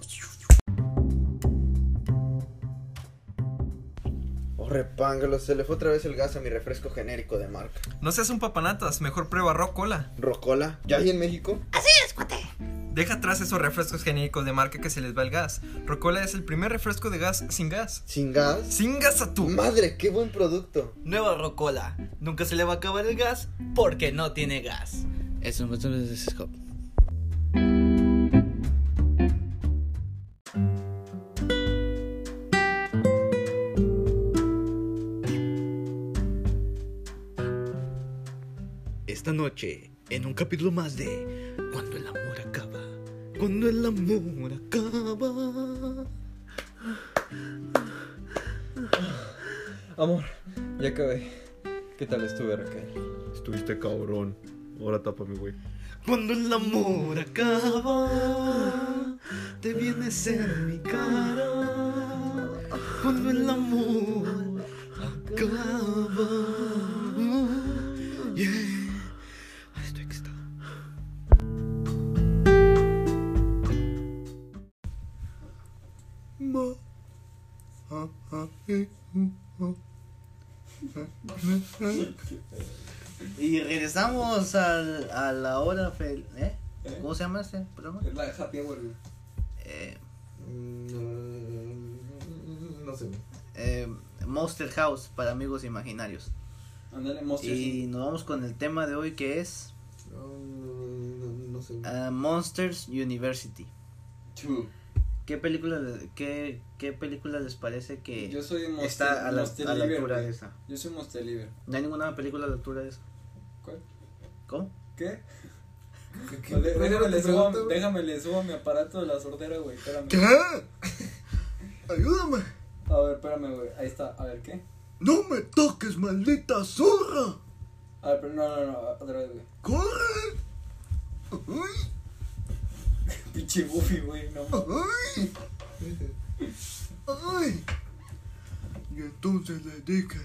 Oh, repángalo, se le fue otra vez el gas a mi refresco genérico de marca.
No seas un papanatas, mejor prueba Rocola.
Rocola, ¿ya hay en México?
Deja atrás esos refrescos genéricos de marca que se les va el gas. Rocola es el primer refresco de gas sin gas.
¿Sin gas?
¡Sin gas a tú!
¡Madre, qué buen producto!
Nueva Rocola. Nunca se le va a acabar el gas porque no tiene gas. Es un
Esta noche,
en un capítulo más de Cuando el amor acaba. Cuando el amor acaba.
Amor, ya acabé. ¿Qué tal estuve, Raquel?
Estuviste cabrón. Ahora tápame, güey.
Cuando el amor acaba, te vienes en mi cara. Cuando el amor acaba, yeah. Ay, estoy excitado.
Y regresamos al, a la hora fel- ¿eh?
¿Eh?
¿Cómo se llama este programa?
Es la de Happy Hour, güey.
Eh,
Mm, No sé.
eh, Monster House para amigos imaginarios.
Ándale, Monsters.
Y
Inc.
nos vamos con el tema de hoy que es
Mm, No sé.
ah, Monsters University.
Two.
¿Qué película, le- qué, qué película les parece que
Yo soy Monster,
está a la,
Monster
a la
Liver,
altura
güey.
de esa?
Yo soy Monster Liver.
¿No hay ninguna película a la altura de esa?
¿Cuál?
¿Cómo?
¿Qué?
¿Qué- qué-
Déjame,
déjame
le
te
subo,
pregunto, güey.
déjame le subo mi aparato de la sordera, güey. Espérame.
Ayúdame.
A ver, espérame, güey. Ahí está. A ver, ¿qué?
No me toques, maldita zorra.
A ver, pero no, no, no. Otra vez, güey.
Corre. Ay,
Pinche Buffy, güey. No.
ay. Ay. Y entonces le dije,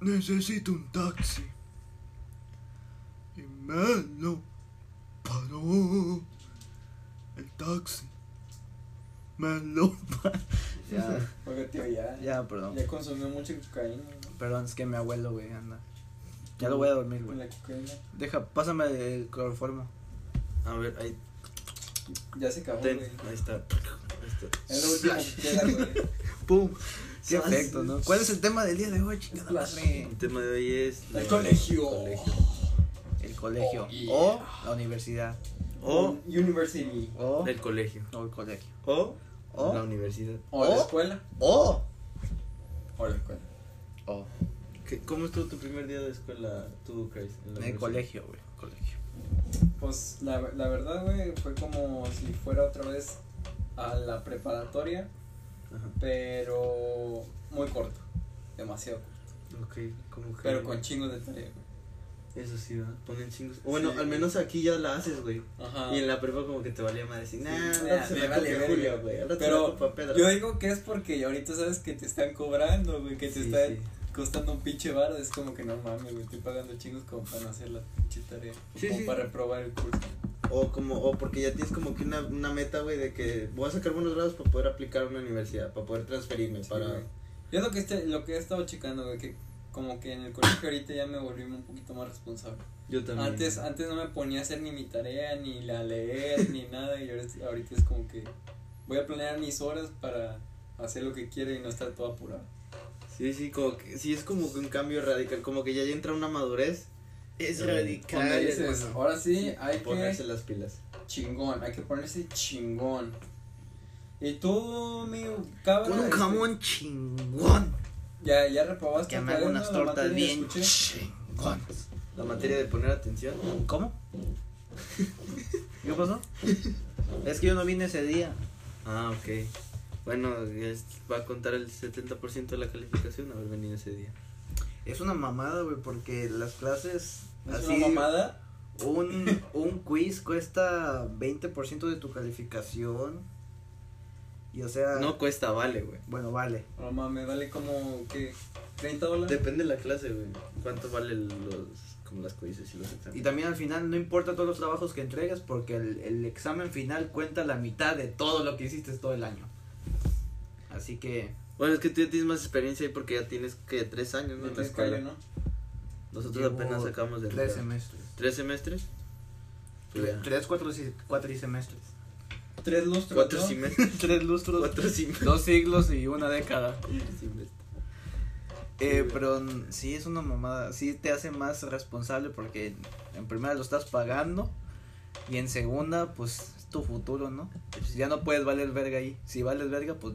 necesito un taxi. Y me lo paró el taxi. Me lo
Ya,
Porque, tío, ya. Ya,
ya, perdón.
consumió mucha cocaína,
Perdón, es que mi abuelo, güey, anda. Ya lo voy a dormir,
¿no? Con
güey.
la cocaína.
Deja, pásame el cloroformo.
A ver, ahí,
Ya se acabó,
ten,
güey.
ahí está. Ahí está.
Es lo último que queda, güey.
¡Pum! Qué
Sas.
efecto, ¿no? ¿Cuál es el tema del día de hoy, chingada
Splash.
madre?
El tema de hoy es.
El colegio.
El colegio.
Oh, yeah.
O la universidad.
O
University.
O,
el colegio.
o el colegio.
O,
O-
la universidad.
O la
¿O?
escuela.
O.
O la escuela.
O.
¿Qué- ¿Cómo estuvo tu primer día de escuela, tú, Chris? en la
El
universidad?
colegio, güey. Colegio.
Pues la, la verdad, güey, fue como si fuera otra vez a la preparatoria,
Ajá.
pero muy corto, demasiado. corto,
Ok, como que.
Pero con chingos de tarea, güey.
Eso sí, ¿verdad? Ponen chingos. O Bueno,
Sí.
al menos aquí ya la haces, güey.
Ajá.
Y en la prepa, como que te valía más decir, nah,
Sí, Ah,
ahora se
me
la
vale
copia
verga.
Julio, güey. Ahora se la
Pero
copa Pedro.
yo digo que es porque ahorita sabes que te están cobrando, güey, que te
Sí,
está
sí.
costando un pinche bar, es como que no mames, güey, estoy pagando chingos como para no hacer la pinche tarea,
Sí,
como
sí.
para reprobar el curso.
O como, o porque ya tienes como que una, una meta, güey, de que voy a sacar buenos grados para poder aplicar a una universidad, para poder transferirme,
Sí,
para...
güey. Yo lo que, este, lo que he estado checando, güey, que como que en el colegio ahorita ya me volví un poquito más responsable.
Yo también.
Antes, antes no me ponía a hacer ni mi tarea, ni la leer, ni nada, y ahora es- ahorita es como que voy a planear mis horas para hacer lo que quiero y no estar todo apurado.
Sí, sí, como que, sí, es como que un cambio radical, como que ya entra una madurez. Es radical.
Cuando dices, ahora sí, hay
Ponerse
que
las pilas.
chingón, hay que ponerse chingón. Y tú, mi cabra,
"Oh, Con un
este,
jamón chingón.
Ya, ya reprobaste.
Que me hago
cada
unas
uno la
tortas
materia,
bien
escuché.
chingón.
La materia de poner atención.
¿Cómo? ¿Qué pasó? Es que yo no vine ese día.
Ah, ok. Bueno, es- va a contar el 70% de la calificación haber venido ese día.
Es una mamada, güey, porque las clases.
Es
así,
una mamada.
Un, un quiz cuesta 20% de tu calificación. Y o sea.
No cuesta, vale, güey.
Bueno, vale.
No mames, vale como que 30 dólares.
Depende de la clase, güey. ¿Cuánto valen los, como las codices y los
Y
exámenes?
también al final no importa todos los trabajos que entregues porque el, el examen final cuenta la mitad de todo lo que hiciste todo el año. Así que
Bueno, es que tú ya tienes más experiencia ahí porque ya tienes, que Tres años,
No
¿no? En la
te
escuela.
callo, ¿no?
Nosotros
llevo
apenas sacamos de
tres semestres.
¿Tres semestres? Pues
Tre-
ya.
Tres, cuatro, si- cuatro y semestres.
Tres lustros.
Cuatro
¿no?
semestres.
tres lustros.
Cuatro semestres.
Dos siglos y una década.
semestres.
Eh, pero n- sí es una mamada, sí te hace más responsable porque en primera lo estás pagando y en segunda pues es tu futuro, ¿no? Pues, ya no puedes valer verga ahí. Si vales verga pues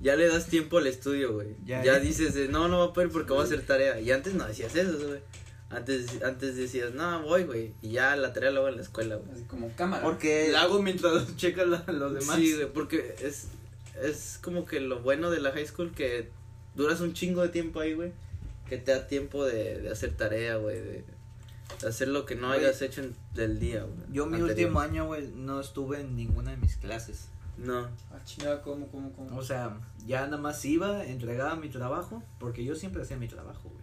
Ya le das tiempo al estudio, güey.
Ya,
Ya,
ya.
dices, de, no, no va a poder porque va a hacer tarea. Y antes no decías eso, güey. Antes, antes decías, no, voy, güey. Y ya la tarea luego en la escuela, güey.
Así como cámara.
Porque.
La hago mientras checas la- los demás.
Sí, güey, porque es, es como que lo bueno de la high school que duras un chingo de tiempo ahí, güey. Que te da tiempo de, de hacer tarea, güey. De, de hacer lo que no
Güey.
hayas hecho en, del día, güey.
Yo mi
anterior.
último año, güey, no estuve en ninguna de mis clases.
No.
Ah, chingada, ¿cómo, cómo, cómo?
O sea, ya nada más iba, entregaba mi trabajo, porque yo siempre hacía mi trabajo, güey.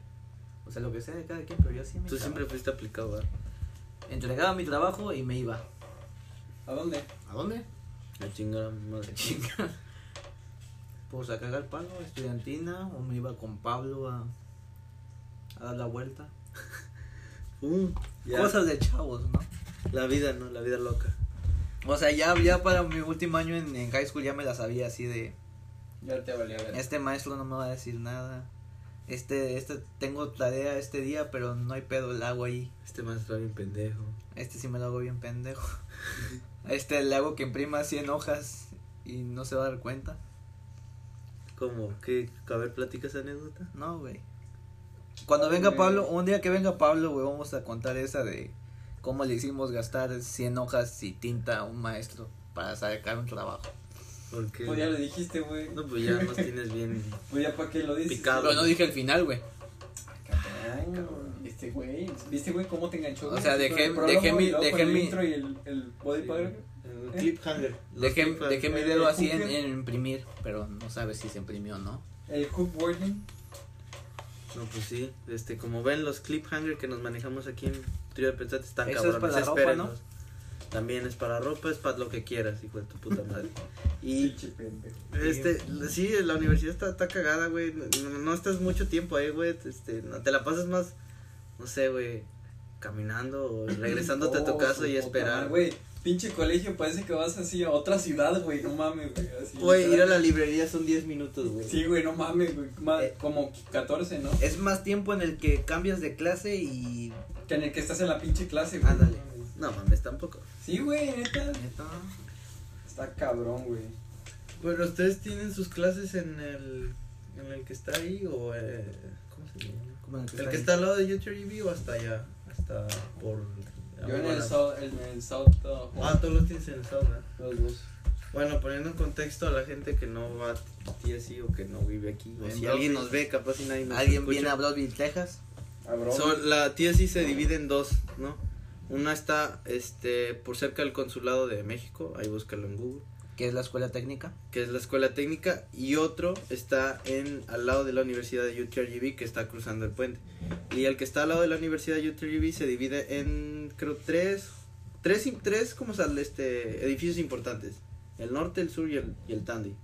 O sea, lo que sea de cada quien, pero yo hacía mi
Tú
trabajo.
siempre fuiste aplicado, güey.
Entregaba mi trabajo y me iba.
¿A dónde?
¿A dónde?
A chingar a mi madre.
Chinga. Pues a cagar palo, estudiantina, o me iba con Pablo a, a dar la vuelta.
Uh, ya.
Cosas de chavos, ¿no?
La vida, ¿no? La vida loca.
O sea, ya, ya para mi último año en, en high school ya me la sabía así de...
Ya te valía ver.
Este maestro no me va a decir nada. Este, este, tengo tarea este día, pero no hay pedo, la hago ahí.
Este maestro bien pendejo.
Este sí me lo hago bien pendejo. A Este le hago que imprima 100 hojas y no se va a dar cuenta.
¿Cómo? ¿Qué? A ver, platica esa anécdota.
No, güey. Cuando venga Pablo, un día que venga Pablo, güey, vamos a contar esa de cómo le hicimos gastar 100 hojas y tinta a un maestro para sacar un trabajo.
Porque.
Pues ya lo dijiste, güey.
No, pues ya nos tienes bien.
Pues ya para qué lo dices.
Picado.
Pero no dije el final, güey.
Ay, cabrón. Viste, güey. ¿Viste, güey, cómo te enganchó?
O
güey?
sea,
Con el
dejé-
prólogo
dejé mi-
y luego con
dejé
el
mi-
intro y el, el body padre.
Un cliffhanger. Los
Dejé,
cliffhangers.
dejé mi
eh,
dedo así en,
cumple.
en imprimir, pero no sabe si se imprimió o no.
El hook wording.
No, pues sí, este, como ven los cliffhanger que nos manejamos aquí en Trío de Pensate están
Eso es
cabrones,
para la ropa,
espérenlos. También es para ropa, es para lo que quieras, hijo de tu puta madre. Y
Pinche pendejo.
este, sí, la universidad está, está cagada, güey. No, no estás mucho tiempo ahí, güey. Este, no, te la pasas más, no sé, güey, caminando o regresándote a tu
Oh,
casa
su
y
puta madre,
esperar.
Güey, pinche colegio, parece que vas así a otra ciudad, güey. No mames, güey. así,
Güey, ir a la
literal.
librería son 10 minutos, güey.
Sí, güey, no mames, güey. ma-
Eh.
Como 14, ¿no?
Es más tiempo en el que cambias de clase y...
Que en el que estás en la pinche clase, güey.
Ándale.
No mames, tampoco.
Sí, güey, neta.
Neta.
Está cabrón, güey.
Bueno, ¿ustedes tienen sus clases en el, en el que está ahí o eh, cómo se llama?
Como en el que
El
está
que
ahí.
está al lado de UTRGV o hasta allá, hasta por...
Yo en el
Aurora.
South, en el South, uh,
Ah, todos los tienes en el South, ¿verdad?
los dos.
Bueno, poniendo en contexto a la gente que no va a TSI o que no vive aquí, o
En
si
Brooklyn.
alguien nos ve, capaz si nadie nos
Alguien
escucha.
viene a Broadville, Texas.
Cabrón.
Son- la TSI se divide en dos, ¿no? Una está este por cerca del consulado de México, ahí búscalo en Google,
que es la escuela técnica.
que es la escuela técnica, y otro está en al lado de la Universidad de UTRGV que está cruzando el puente. Y el que está al lado de la Universidad de UTRGV se divide en, creo, tres, tres, im- tres como sal- este, edificios importantes. El norte, el sur y el, y el Tandy.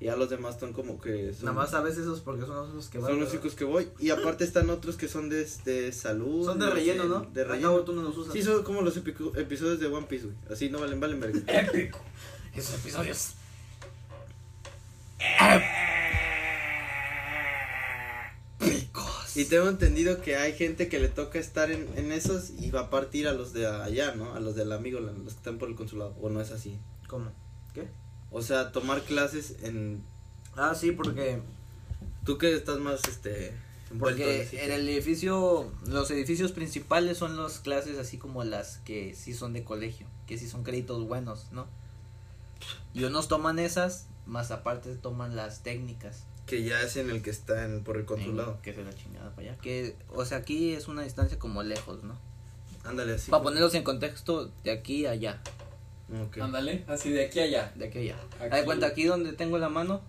Y ya los demás son como que... Son,
Nada más sabes esos porque son los que van.
son los
¿verdad?
chicos que voy. Y aparte están otros que son de, este, salud.
Son de relleno, ¿no?
De
Al
relleno.
cabo tú no los usas.
Sí, son como los epicu- episodios de One Piece, güey. Así no valen, valen verga.
Esos episodios.
Eh. Y tengo entendido que hay gente que le toca estar en, en esos y va a partir a los de allá, ¿no? A los del amigo, la- los que están por el consulado. O no es así.
¿Cómo?
O sea, tomar clases en...
Ah, sí, porque
Tú que estás más, este... envuelto en
porque
ese
en
tema.
el edificio los edificios principales son las clases así como las que sí son de colegio, que sí son créditos buenos, ¿no? Y unos toman esas, más aparte toman las técnicas.
Que ya es en el que está en, por el consulado.
Que se la chingada para allá. Que, o sea, aquí es una distancia como lejos, ¿no?
Ándale así.
Para ponerlos en contexto, de aquí a allá.
Ok.
Ándale, así de aquí a allá.
De aquí a allá.
Aquí.
Haz de cuenta, aquí donde tengo la mano,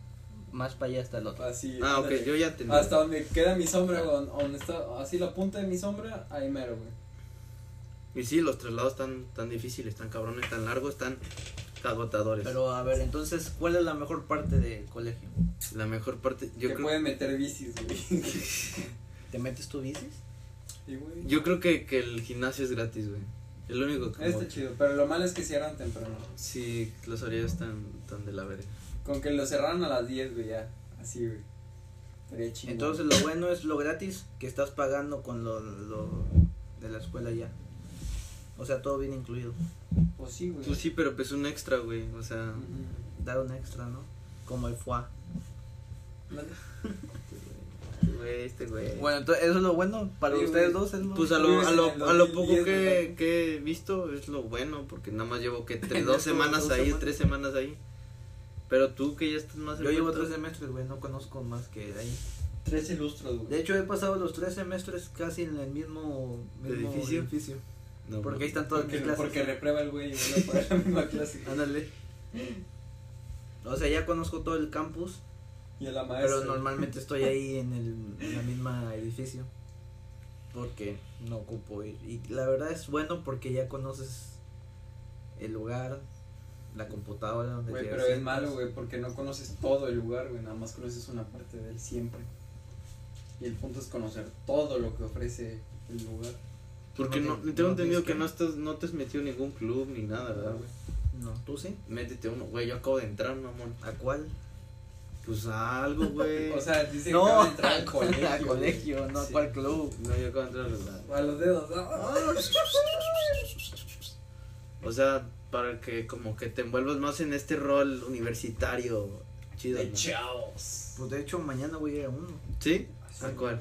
más para allá está el otro.
Así.
Ah, ok,
ándale.
yo ya entendí.
Hasta donde queda mi sombra, güey, donde está, así la punta de mi sombra, ahí mero, güey.
Y sí, los traslados están tan difíciles, tan cabrones, tan largos, tan agotadores.
Pero a ver, entonces, ¿cuál es la mejor parte del colegio?
la mejor parte, yo
que
creo,
pueden meter bicis, güey. Sí,
¿Te metes tu bicis?
güey.
yo creo que, que el gimnasio es gratis, güey. El único que...
Está chido, pero lo malo es que cierran temprano.
Sí, los horarios están tan de la verga.
Con que lo cerraron a las 10, güey, ya. Así, güey. Estaría chido.
Entonces, lo bueno es lo gratis que estás pagando con lo, lo de la escuela ya. O sea, todo bien incluido.
Pues sí, güey.
Pues sí, pero pues un extra, güey. O sea,
Ujú.
Dar un extra, ¿no? Como el foie.
Ándale.
Güey, este güey.
Bueno, entonces eso es lo bueno para
Sí,
ustedes
güey.
dos. Es lo
Pues a lo,
Vives
a
en
lo,
el
a lo poco
2010,
que,
¿verdad?
que he visto es lo bueno, porque nada más llevo que tres,
Como
dos semanas
dos
ahí,
semanas.
tres semanas ahí. Pero tú que ya estás más
Yo llevo
envuelto-
tres semestres, güey, no conozco más que de ahí.
Tres ilustros, güey.
De hecho, he pasado los tres semestres casi en el mismo, mismo
Edificio. No,
Porque
no.
ahí están todas mis
Porque,
clases.
porque reprueba el güey y vuelve a pagar la misma clase.
Ándale. O sea, ya conozco todo el campus,
Y a la maestra.
pero normalmente estoy ahí en el en la misma edificio. Porque no ocupo ir. Y la verdad es bueno porque ya conoces el lugar, la computadora donde
Güey,
te
pero es
sientas.
malo, güey, porque no conoces todo el lugar, güey, nada más conoces una parte de él siempre. Y el punto es conocer todo lo que ofrece el lugar.
Porque
No
no,
te-
tengo
no
entendido
tienes
que
que-
no estás, no te has metido en ningún club ni nada, ¿verdad, güey?
No, ¿tú sí?
Métete uno, güey, yo acabo de entrar, mamón.
¿A cuál?
Pues a algo, güey.
O sea, dice
No,
que acaba de entrar al
a
colegio.
colegio, no a
Sí.
cuál club.
no, yo acabo de entrar al lugar.
güey. A los dedos. ah.
O sea, para que como que te envuelvas más en este rol universitario chido.
De
¿no?
chavos.
Pues de hecho, mañana voy a ir a uno.
¿Sí? ¿A cuál?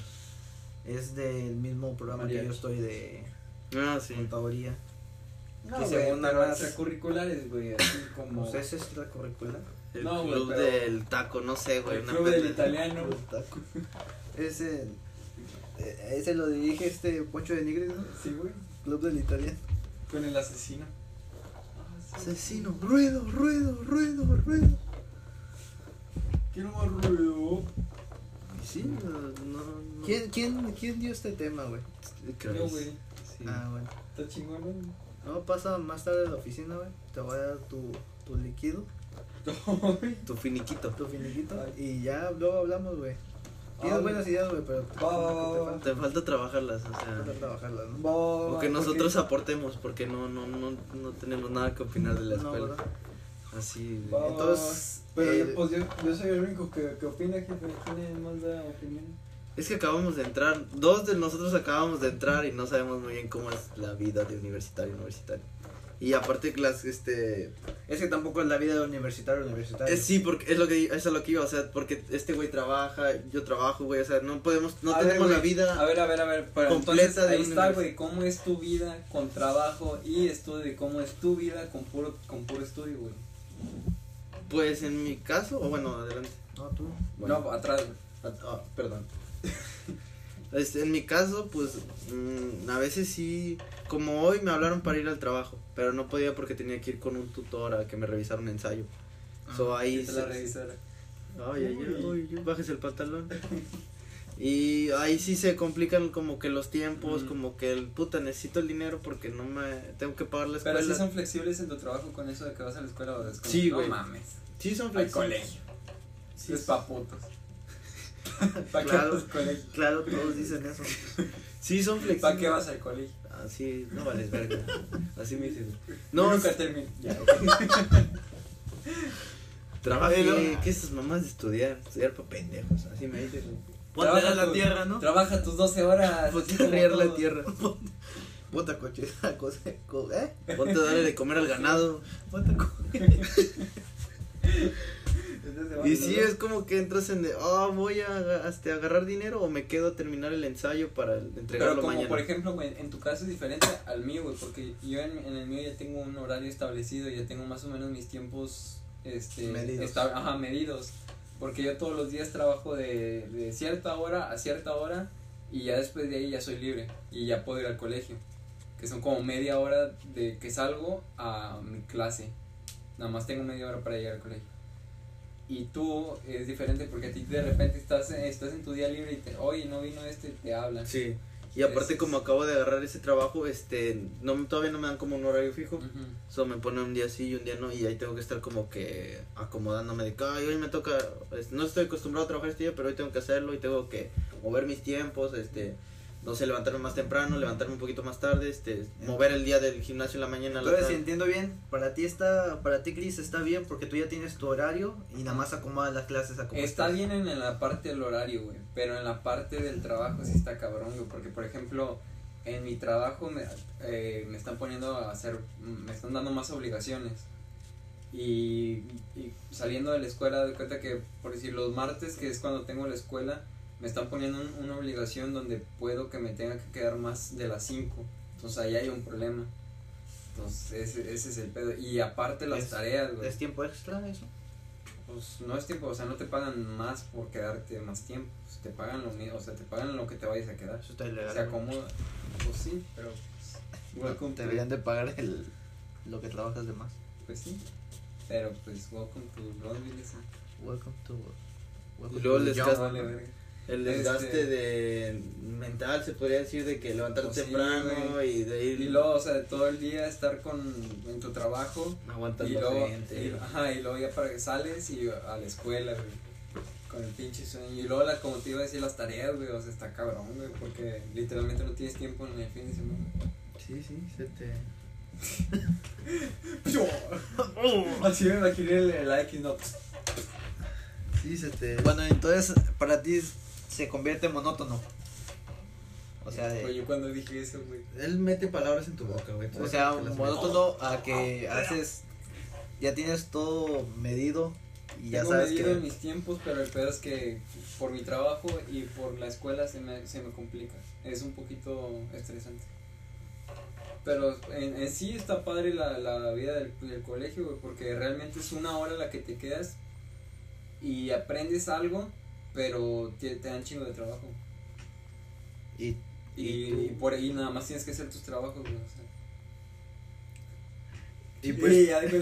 Es del mismo programa que
Mariachi.
yo estoy de
Ah, sí.
contaduría.
No,
Que
güey,
se una
pero
más.
extracurriculares, güey, así como...
Pues esa es la curricular.
El
No, güey,
club
pero-
del taco, no sé, güey.
el
una
club del
pena.
italiano.
Ese, eh, ese lo dirige este Poncho de Nigris, ¿no?
Sí, güey.
Club del Italiano.
Con el asesino.
Asesino, ruido, ruido, ruido, ruido.
Quiero más ruido.
Sí, no, no. no.
¿Quién, quién, quién dio este tema, güey?
Creo
Yo,
es-
güey.
sí.
Ah, bueno.
Está chingón, güey.
No, pasa más tarde a la oficina, güey. Te voy a dar tu, tu líquido,
Tu finiquito.
tu finiquito. Y ya luego hablamos, güey. Tienes buenas ideas, güey, pero
Va, va, va,
te
va.
falta-
Te falta trabajarlas, o
te falta
sea.
trabajarlas, ¿no?
O
Porque
que nosotros aportemos, porque no, no, no, no tenemos nada que opinar de la
No,
escuela.
¿verdad?
Así.
Va, va,
güey.
Entonces,
va. Pero
eh,
yo, pues yo, yo soy el único que, que opina, jefe. ¿Quién más da opinión?
Es que acabamos de entrar, dos de nosotros acabamos de entrar y no sabemos muy bien cómo es la vida de universitario, universitario. Y aparte que las, este,
Es que tampoco es la vida de universitario, universitario.
es, sí, porque es lo que, es a lo que iba, o sea, porque este güey trabaja, yo trabajo, güey, o sea, no podemos, no
A ver,
tenemos la
güey,
vida.
A ver, a ver, a ver. Pero
completa
entonces,
de
ahí
un
está,
universo.
güey. ¿Cómo es tu vida con trabajo y estudio? ¿Cómo es tu vida con puro, con puro estudio, güey?
Pues en mi caso, o bueno, adelante.
No, tú.
Bueno.
No, atrás, güey. At- ah, perdón.
Este, en mi caso, pues mm, a veces sí, como hoy me hablaron para ir al trabajo, pero no podía porque tenía que ir con un tutor a que me revisara un ensayo. so, ahí
Ah, Que te la
se-
revisara.
Ay, ay, ay,
Uy.
uy, bajes el pantalón. Y ahí sí se complican como que los tiempos,
Mm.
como que el puta necesito el dinero porque no me tengo que pagar la escuela.
Pero si son flexibles en tu trabajo con eso de que vas a la escuela o después.
Sí,
no
güey.
mames.
Sí son
Al
flexibles.
colegio.
Sí,
es
sí.
pa' putos. ¿Para qué
Claro.
vas al colegio?
Claro, todos dicen eso.
Sí son flexibles.
¿Para qué vas al colegio?
Así, no vales verga. Así me dicen.
No,
No,
nunca
s-
terminé.
trabajé,
Pero-
¿qué esas mamás de estudiar? Estudiar pa' pendejos, así me dicen.
Ponte a la
tu-
tierra, ¿no?
Trabaja tus 12 horas. así
Ponte a
como
regar la
todos.
tierra.
Puta coche, cosa- co- ¿eh?
Ponte a darle de comer al ganado.
Puta co-
Entonces se va
Y
a-
sí, es como que entras en de, oh, voy a, aga- este, agarrar dinero o me quedo a terminar el ensayo para el- entregarlo
Pero como
mañana.
por ejemplo, güey, en tu caso es diferente al mío, güey, porque yo en, en el mío ya tengo un horario establecido, ya tengo más o menos mis tiempos este,
Medidos.
esta- ajá, medidos. Porque yo todos los días trabajo de, de cierta hora a cierta hora y ya después de ahí ya soy libre y ya puedo ir al colegio. Que son como media hora de que salgo a mi clase. Nada más tengo media hora para llegar al colegio. Y tú es diferente porque a ti de repente estás, estás en tu día libre y te, oye, no vino este, te hablan.
Sí. Y aparte
Ese es-
como acabo de agarrar ese trabajo, este, no todavía no me dan como un horario fijo.
Ujú.
Solo me ponen un día sí y un día no y ahí tengo que estar como que acomodándome de que "Ay, hoy me toca, es- no estoy acostumbrado a trabajar este día, pero hoy tengo que hacerlo y tengo que mover mis tiempos, este, no sé, levantarme más temprano, levantarme un poquito más tarde, este,
Mm.
mover el día del gimnasio en la mañana a la
Entonces, si
tarde.
entiendo bien, para ti está, para ti Cris está bien porque tú ya tienes tu horario y nada más acomodas las clases a como
Está
estás.
bien en, en la parte del horario, güey, pero en la parte del trabajo sí está cabrón, güey, porque por ejemplo, en mi trabajo me, eh, me están poniendo a hacer, me están dando más obligaciones. Y, y saliendo de la escuela, de cuenta que, por decir, los martes, que es cuando tengo la escuela, me están poniendo un- una obligación donde puedo que me tenga que quedar más de las 5. Entonces ahí hay un problema. Entonces ese, ese es el pedo. Y aparte las
Es-
tareas, güey.
¿Es tiempo extra eso?
Pues no es tiempo, o sea, no te pagan más por quedarte más tiempo. pues, te pagan lo mismo, o sea, te pagan lo que te vayas a quedar.
Eso está ilegal.
Se
¿no?
acomoda. Pues sí, pero pues, welcome
Te
to-
deberían de pagar el, lo que trabajas de más.
Pues sí. Pero pues welcome to Broadville, esa.
Welcome to.
Y luego
to
les
the
cas-
Vale, verga.
El
Este-
desgaste de mental se podría decir de que levantar
Pues sí,
temprano
güey.
y de ir
Y luego, o sea, todo el día estar con en tu trabajo
aguantar
y
la
luego,
gente.
y- ajá, y luego ya para que sales y a la escuela, güey, Con el pinche sueño. Y luego, la, como te iba a decir, las tareas, güey. O sea, está cabrón, güey. Porque literalmente no tienes tiempo en el fin de semana.
Sí, sí, se te
Así me imaginé el, el X, no.
sí se te
Bueno, entonces para ti se convierte en monótono. O sea, de-
Pues yo cuando dije eso, güey.
él mete palabras en tu boca, güey. tú
o
eres
sea,
el que las
monótono a que
Ah,
haces, ya tienes todo medido y ya
Tengo
sabes
medido
que.
mis tiempos, pero el pedo es que por mi trabajo y por la escuela se me, se me complica. Es un poquito estresante. Pero en, en sí está padre la, la vida del, del colegio, güey, porque realmente es una hora la que te quedas y aprendes algo, pero te, te dan chingo de trabajo.
Y,
Y,
Y tú-
y por ahí nada más tienes que hacer tus trabajos, güey. o sea.
y pues,
Y ya, güey.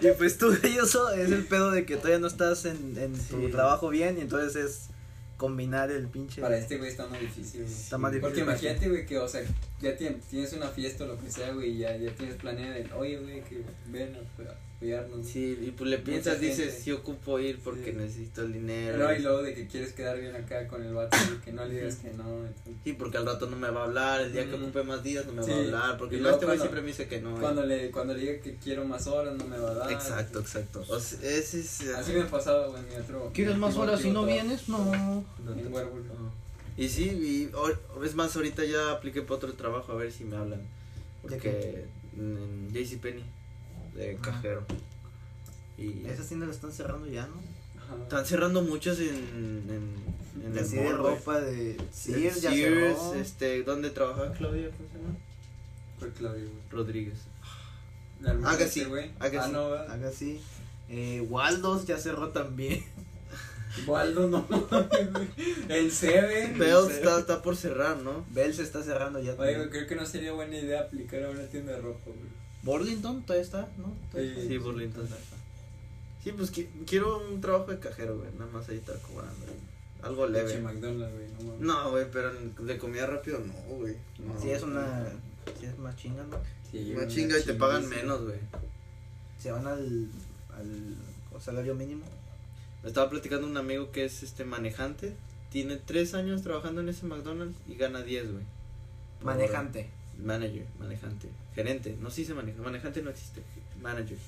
y pues tú, y eso es el pedo de que todavía no estás en, en tu
Sí.
trabajo bien y entonces es combinar el pinche.
Para este güey está más difícil. güey.
Está más
Porque
difícil.
imagínate, güey, que, o sea, ya tien- tienes una fiesta o lo que sea, güey, y ya, ya tienes planeado el, oye, güey, que ven a cu- a cuidarnos.
Sí, y pues le piensas,
Mucha gente.
dices, sí ocupo ir porque
Sí.
necesito el dinero.
No, y luego de que quieres quedar bien acá con el vato, güey, que no le digas que no. entonces.
Sí, porque al rato no me va a hablar, el día que
Mm.
ocupe más días no me
Sí.
va a hablar, porque
Y
no,
luego
este güey
cuando-
siempre me dice que no. eh.
Cuando le, cuando le diga que quiero más horas, no me va a dar.
Exacto, exacto. O sea, ese es...
Así me pasaba, güey, mi otro.
¿Quieres
mi
más
último
horas si no
trabajo.
vienes? No.
En Werewolf.
Y sí, y o- es más, ahorita ya apliqué para otro trabajo a ver si me hablan. Porque en JCPenney, de
Ah.
cajero. Y
Esas tiendas las están cerrando ya, ¿no?
Ajá.
están cerrando muchos en, en, en el
Así de
mall, güey.
ropa de
En
Sears, ya
Sears,
cerró.
este, ¿dónde trabajaba Claudia? ¿Cómo se llama?
Por Claudio, güey.
Rodríguez.
La hermana
Haga
de
así,
este güey.
haga
Ah,
así,
no, ¿verdad?
Haga así. Eh, Waldos ya cerró también.
Waldo, no. güey. el CB.
Bell está, está por cerrar, ¿no?
Bell se está cerrando ya.
Oye,
también.
güey, creo que no sería buena idea aplicar a una tienda de ropa, güey.
Burlington todavía está, ¿no? Todavía
Sí,
está.
Sí, Burlington. Sí, pues qui- quiero un trabajo de cajero, güey. Nada más ahí estar cobrando. güey. Algo
Leche
leve.
McDonald's, güey, no mames.
No, güey, pero en- de comida rápido no, güey. No.
Sí, es una. Sí, es más chinga, ¿no?
Sí,
Una
güey,
chinga y te pagan
chinguísima.
menos, güey.
Se van al. al o salario mínimo.
Me estaba platicando un amigo que es este manejante. Tiene tres años trabajando en ese McDonald's y gana 10, güey. Por-
Manejante.
Manager, manejante. Gerente. No, sí se maneja. Manejante no existe. Manager.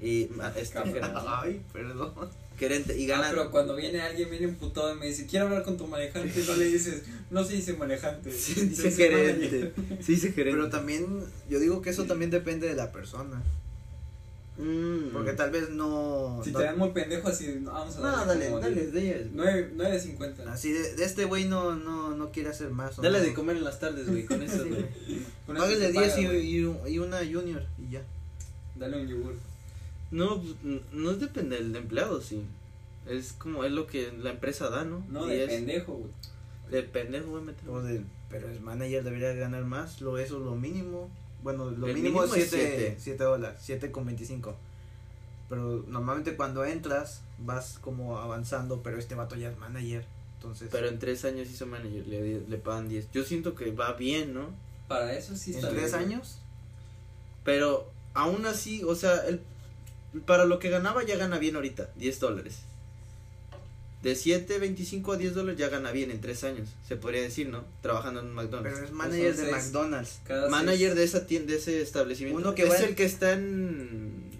Y ma- este
Cabrón.
gerente.
Ay, perdón.
gerente. Y
Ah,
gana.
pero cuando viene alguien, viene emputado y me dice, quiero hablar con tu manejante, no le dices, no se dice manejante.
Sí,
se
dice gerente. Sí, dice gerente.
Pero también, yo digo que eso también depende de la persona.
Mm.
Porque tal vez no.
Si
no-
te ven muy pendejo así, no, vamos a
No,
darle
dale,
como
dale, Ah,
diez.
dale.
Nueve- nueve de 50.
así de, de este güey no, no, no quiere hacer más. ¿o
Dale
no?
de comer en las tardes, güey, con eso,
Sí,
güey.
güey.
Con eso
Págale
se paga,
10 y,
güey.
y un- y una junior y ya.
Dale un yogur.
No, pues, n- no depende del empleado, sí. Es como, es lo que la empresa da, ¿no?
No,
Y
de
es-
pendejo, güey.
De pendejo voy a meter.
Como de, pero el manager debería ganar más, lo eso es lo mínimo. Bueno, lo
El
mínimo,
mínimo es
es 7
siete.
dólares, 7 con 25. Pero normalmente cuando entras vas como avanzando, pero este vato ya es manager. Entonces,
Pero en tres años hizo manager, le, di- le pagan 10. Yo siento que va bien, ¿no?
Para eso sí
en
está
tres
bien.
años,
Pero aún así, o sea, el, para lo que ganaba ya gana bien ahorita, 10 dólares. De 7, 25 a 10 dólares ya gana bien en tres años, se podría decir, ¿no? Trabajando en un
pero
McDonald's.
es manager de
seis.
McDonald's.
Cada
Manager
seis-
de esa tienda, de ese establecimiento.
Uno que
es
va en-
el que está en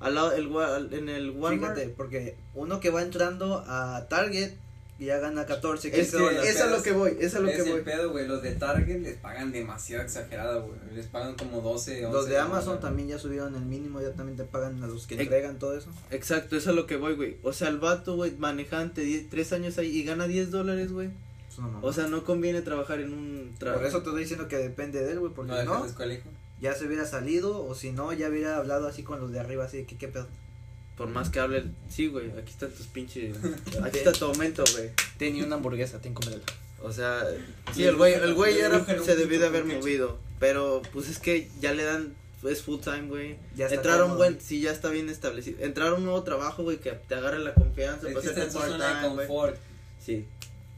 al lado el, wa- en el Walmart.
Fíjate, porque uno que va entrando a Target Y ya gana 14,
Es
15
que
dólares.
las
Eso es lo
pedas-
que voy, eso es lo que
Es
voy.
el pedo, güey. Los de Target les pagan demasiado exagerado, güey. Les pagan como 12, 11.
Los de Amazon
güey.
también ya subieron el mínimo, ya también te pagan a los que
Ex-
entregan todo eso.
Exacto, eso es lo que voy, güey. O sea, el vato, güey, manejante, 10 tres años ahí y gana 10 dólares, güey.
Es una mamada.
O sea, no conviene trabajar en un trabajo.
Por eso te estoy diciendo que depende de él, güey, porque
No,
no,
dejas escuela, hijo.
Pues
ya se hubiera salido o si no, ya hubiera hablado así con los de arriba, así de que qué pedo.
Por más que hable, el- sí, güey, aquí están tus pinches. Aquí está tu aumento, güey.
Tenía una hamburguesa, ten cómela.
O sea, sí,
Le
el güey,
dibujan-
el güey
le
ya era-
dibujan un
se debió
pito
de haber
con ketchup.
movido. Pero pues es que ya le dan, es full time, güey.
Ya está
Entrar a un
cómodo.
buen, sí, ya está bien establecido. Entrar a un nuevo trabajo, güey, que te agarre la confianza,
Es que
para
está
hacerte
en su zona de
part-time, güey.
confort.
Sí.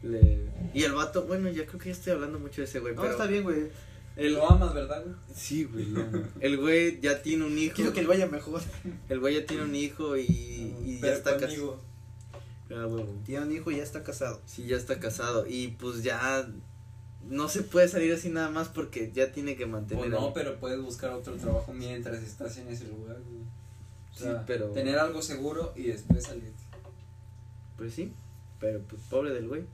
Le- Y el vato, bueno, ya creo que ya estoy hablando mucho de ese güey,
No,
pero.
está bien, güey.
El,
Lo amas, ¿verdad, güey?
sí, güey. no. El güey ya tiene un hijo.
Quiero que le vaya mejor.
El güey ya tiene un hijo y, y ya
Pero
está casado.
conmigo. Pues
Ah, huevo.
Tiene un hijo y ya está casado.
Sí, ya está casado. Y pues ya no se puede salir así nada más porque ya tiene que
O
mantener.
Pues no,
a-
pero puedes buscar otro trabajo mientras estás en ese lugar, güey. O
Sí,
sea,
pero-
Tener algo seguro y después salirte.
Pues sí, pero pues pobre del güey.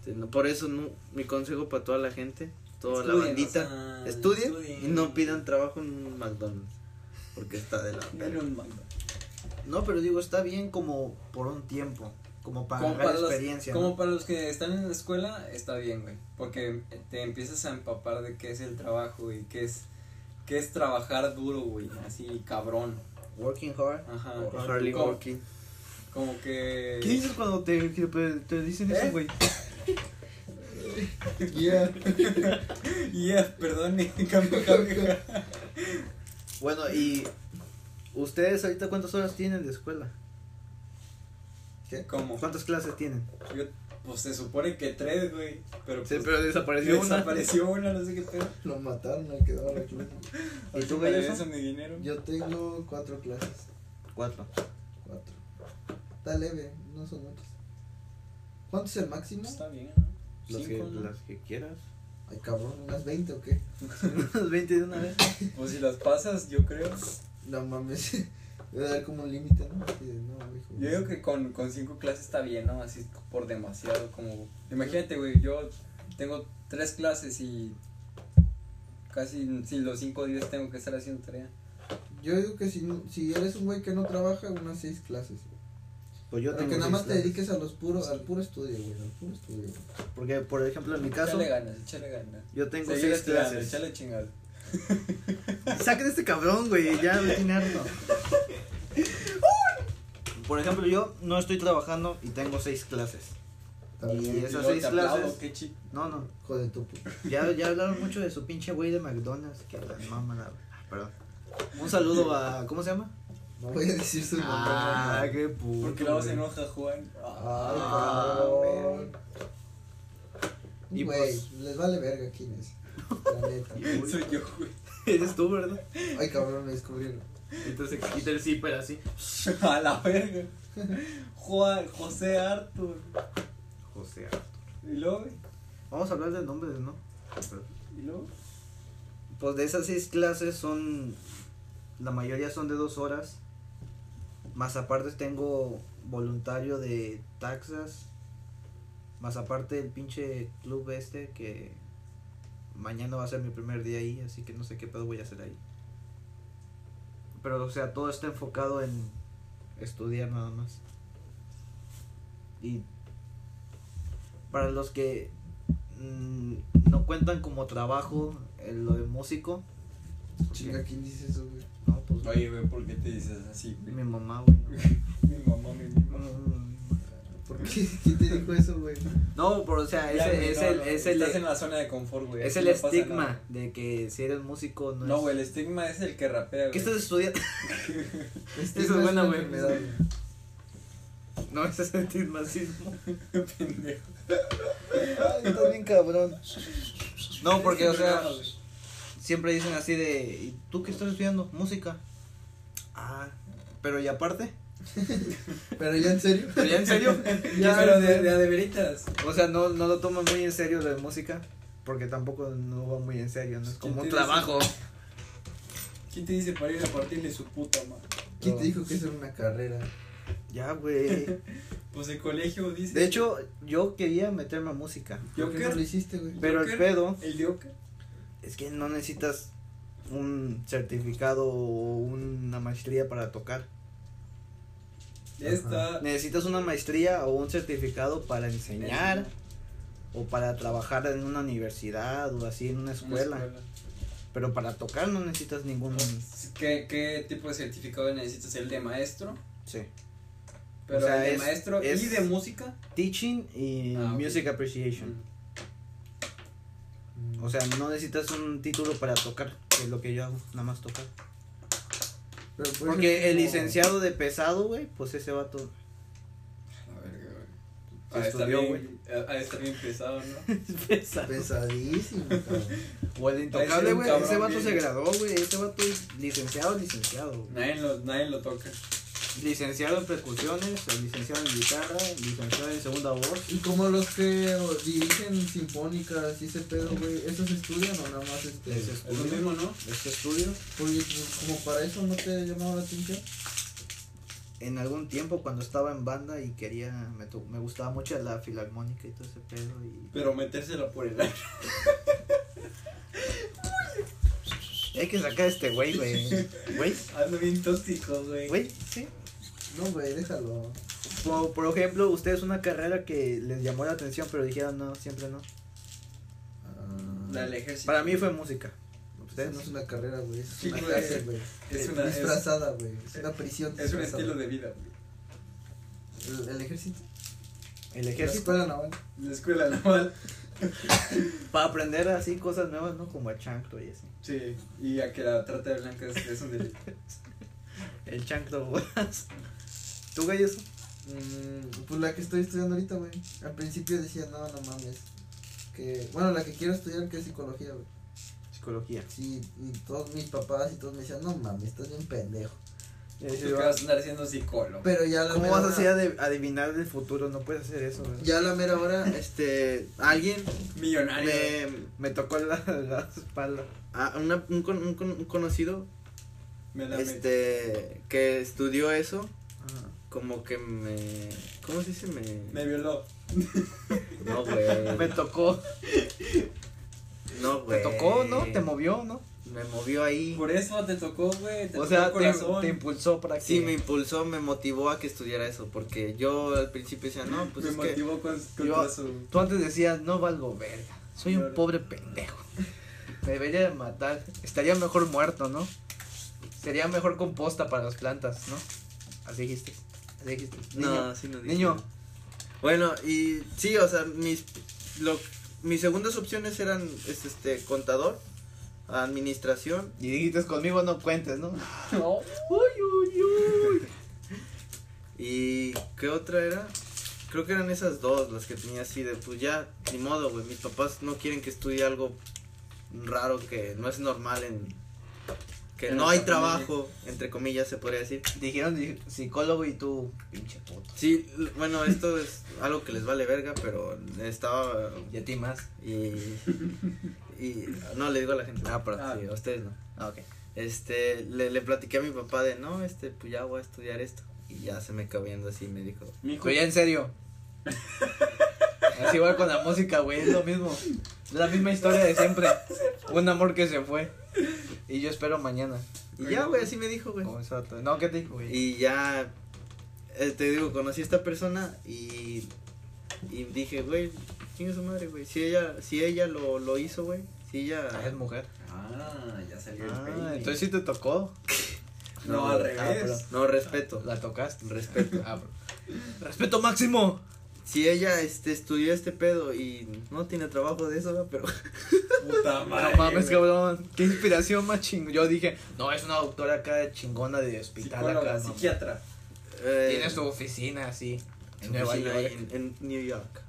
Entonces, no- Por eso no, mi consejo para toda la gente, toda la
Estudien,
bandita,
o sea,
estudien, y
estudien.
no pidan trabajo en un McDonald's. Porque está de la
Era
verga.
un manga.
No, pero digo, está bien como por un tiempo, como para
Como
agarrar
para, los,
experiencia.
como
¿no?
para los que están en la escuela, está bien, güey. Porque te empiezas a empapar de qué es el trabajo y qué es, qué es trabajar duro, güey. Así, cabrón.
Working hard.
Ajá.
O
Harley
como,
Working.
como que.
¿Qué dices cuando te, que te- te dicen
¿Eh?
eso, güey?
Yeah.
Yeah, perdón, cambio, cambio.
Bueno, y ustedes ahorita cuántas horas tienen de escuela?
¿Cómo?
¿Cuántas clases tienen?
Yo- pues se supone que tres, güey. Pero, pues,
desapareció
desapareció una, no sé qué pedo.
Lo mataron al que daba la clase.
¿Y tú,
me
Galloso?
regresan mi dinero.
Yo tengo cuatro clases.
Cuatro.
Cuatro. Está leve, no son muchas. ¿Cuánto es el máximo?
Pues, Está bien, ¿no?
Las que,
Cinco, ¿no?
las que quieras.
Ay, cabrón, ¿unas 20 o qué?
Unas 20 de una vez.
Pues si las pasas, yo creo.
No mames. Debe dar como un límite, ¿no? Así de, no, hijo.
Yo digo que con, con cinco clases está bien, ¿no? Así por demasiado, como... Imagínate, güey, yo tengo tres clases y casi si los cinco días tengo que estar haciendo tarea.
Yo digo que si, si eres un güey que no trabaja, unas seis clases.
Pues yo
Pero
tengo
que nada
seis
más te
clases.
dediques a los puros, al puro estudio, güey, al puro estudio. güey.
Porque, por ejemplo, en mi caso,
Échale ganas, échale ganas.
yo tengo
Seguir
seis
estudiando,
clases.
Échale chingado.
Saquen a este cabrón, güey, ya me tiene harto. Por ejemplo, yo no estoy trabajando y tengo seis clases.
Está
Y
bien,
esas
luego
seis
te aplaudo,
clases-
qué chi-
No, no,
hijo de tu puta.
ya, ya hablaron mucho de su pinche güey de McDonald's, que la mama la... ah, Perdón. Un saludo a... ¿Cómo se llama?
No voy a decir su nombre.
Ah, qué puto.
Porque luego
güey.
se enoja Juan.
Ay,
Ah,
cabrón.
Y
Y
pues-
pues, les vale verga quién es. La neta.
Soy yo, güey.
Eres tú, ¿verdad?
Ay, cabrón, me descubrieron.
Entonces quita el zipper así.
A la verga. Juan, José Arthur.
José.
Y luego, güey,
Vamos a hablar de nombres, ¿no?
y luego.
Pues de esas seis clases son. La mayoría son de dos horas. Más aparte tengo voluntario de taxas. Más aparte el pinche club este que. Mañana va a ser mi primer día ahí, así que no sé qué pedo voy a hacer ahí. Pero, o sea, todo está enfocado en estudiar nada más. Y para los que mm, no cuentan como trabajo eh, lo de músico,
Chinga, ¿quién dice eso, güey?
no, pues
Oye, güey, ¿por qué te dices así, güey?
mi mamá, güey.
Mi mamá, mi
No,
mamá.
¿Por qué? ¿Quién te dijo eso, güey?
No, pero o sea,
Ya,
ese,
güey,
es
no,
el,
no,
es el,
Estás en la zona de confort, güey.
es
aquí
el
no pasa
estigma
nada.
de que si eres músico no,
No,
es-
güey, el estigma es el que
¿Qué
rapea, güey.
estás estudiando?
Este
es
no
buena,
una
güey.
enfermedad,
no, ese es antimacismo.
pendejo.
Ay, estás bien cabrón. No, porque, o sea,
Este
siempre dicen así de, ¿y tú qué estás estudiando? Música. Ah, pero ¿y aparte?
Pero ya en serio.
¿Pero ya en serio?
Ya, pero de, de, a de veritas.
O sea, no, no lo toman muy en serio la música, porque tampoco no va muy en serio, no es como un
¿Quién te
trabajo.
¿Quién te dice para ir a partirle su puta madre?
¿Quién te dijo que eso era una carrera?
Ya, güey.
Pues de colegio, dice.
De hecho, yo quería meterme a música.
¿Por qué no
Joker.
lo hiciste, güey?
Pero el
Joker,
pedo
El Joker.
es que no necesitas un certificado o una maestría para tocar.
Ya está.
Necesitas una maestría o un certificado para enseñar
Enseñar.
o para trabajar en una universidad o así en una escuela. Pero para tocar no necesitas ningún...
Pues, ¿Qué, ¿Qué tipo de certificado necesitas? El de maestro.
Sí.
Pero
O sea,
el de
es-
maestro y
es-
de música. Mm,
Teaching y
Ah, ok.
Music Appreciation. O sea, no necesitas un título para tocar, que es lo que yo hago, nada más tocar.
Pero, por
Pues
Porque el
ejemplo,
licenciado de pesado, güey, pues ese vato.
A ver,
Se
güey. Está
estudió,
bien, ah, está bien pesado, ¿no?
pesado.
Pesadísimo, cabrón.
O el
Ha de
intocable,
ser un
güey,
cabrón
ese vato
bien.
se graduó, güey, ese vato es licenciado, licenciado. güey.
nadie, lo, nadie lo toca.
Licenciado en percusiones, o licenciado en guitarra, licenciado en segunda voz.
Y como los que o, dirigen sinfónicas y ese pedo, güey, ¿esos estudian o nada más este?
Ese
Es lo
estudio.
mismo, ¿no?
Este estudio.
Porque pues, como para eso no te llamaba la atención.
En algún tiempo cuando estaba en banda y quería, me, to- me gustaba mucho la filarmónica y todo ese pedo y...
Pero metérsela por el aire.
Hay que sacar a este güey, güey. Güey,
Ando bien tóxico, güey.
güey, sí.
No, güey, déjalo.
Como, por ejemplo, ustedes una carrera que les llamó la atención, pero dijeron no, siempre no.
Ah,
La del ejército.
Para mí fue música.
esa
Ustedes
no
no
es una carrera, güey, eso es
Sí,
una
güey.
clase, güey.
Es una. Es,
Disfrazada, güey. Es una prisión.
es un
disfrazada.
estilo de vida, güey.
El, el ejército.
El
La
ejército.
escuela naval.
La escuela naval.
Para aprender así cosas nuevas, ¿no? Como el chancro y así.
Sí. Y a que la trata de blancas es un delito.
El chancro, güey. ¿Tú, gallos?
Mm, pues la que estoy estudiando ahorita, güey. Al principio decía, no, no mames. Que, bueno, la que quiero estudiar que es psicología, güey.
Psicología.
Sí, y todos mis papás y todos me decían, no mames, estás bien pendejo.
Tú que Pues, vas a andar siendo psicólogo.
Pero ya a la
¿Cómo
mera
vas
hora-
así a ade- adivinar el futuro? No puedes hacer eso, güey.
Ya a la mera hora,
Este, alguien
Millonario.
me,
Me tocó la, la espalda.
a una- un, con- un con- un conocido
Me la meto.
este que estudió eso, como que me ¿cómo se dice? Me
Me violó.
No, güey.
Me tocó.
No,
Te
güey.
tocó, ¿no? Te movió, ¿no?
Me movió ahí.
Por eso te tocó, güey. Te
O
tocó
sea,
el
te,
corazón.
te impulsó para que.
Sí, me impulsó, me motivó a que estudiara eso, porque yo al principio decía, no, pues
me
es que
motivó con, con
yo-
todo su.
Tú antes decías, no valgo verga, soy un
Claro.
pobre pendejo. Me debería de matar, estaría mejor muerto, ¿no? Sería mejor composta para las plantas, ¿no? Así dijiste, así dijiste.
No,
Niño,
así no dije.
niño,
Bueno, y sí, o sea, mis, lo, mis segundas opciones eran este, este, contador, administración.
y dijiste conmigo no cuentes, ¿no?
No.
Uy, uy, uy.
¿Y qué otra era? Creo que eran esas dos las que tenía así de, pues ya, ni modo, güey. Mis papás no quieren que estudie algo raro que no es normal en. que
En
no hay
nuestra familia.
trabajo, entre comillas, se podría decir.
Dijeron di- psicólogo y tú, pinche puto.
Sí, l- bueno, esto es algo que les vale verga, pero estaba.
Y a ti más.
Y. y no, le digo a la gente.
Ah, pero
Ah.
sí, a ustedes no.
Ah, ok.
Este, le, le platiqué a mi papá de, no, este, pues ya voy a estudiar esto. Y ya se me quedó viendo así y me dijo,
Mi hijo.
Pero ya en serio. Es igual con la música, güey, es lo mismo. Es la misma historia de siempre. Un amor que se fue. Y yo espero mañana.
y ya, güey, así me dijo, güey.
Como esa otra. No, ¿qué te dijo, güey?
Y ya, eh, te digo, conocí a esta persona y, y dije, güey, ¿quién es su madre, güey? Si ella, si ella lo, lo hizo, güey, si ella...
Ah, es mujer.
Ah, ya salió el
Ah,
peine.
entonces sí te tocó.
No,
No,
al
ah,
revés.
No, respeto,
La tocaste.
respeto.
Ah, bro. Respeto máximo.
Si ella, este, estudió este pedo y no tiene trabajo de eso, güey, pero...
Puta madre.
No mames,
güey.
cabrón. Qué inspiración más chingona. Yo dije, no, es una doctora acá chingona de hospital.
Psicóloga,
acá, mamá.
psiquiatra.
eh,
Tiene su oficina así.
su
En Nueva
oficina ahí
York.
En, en New York.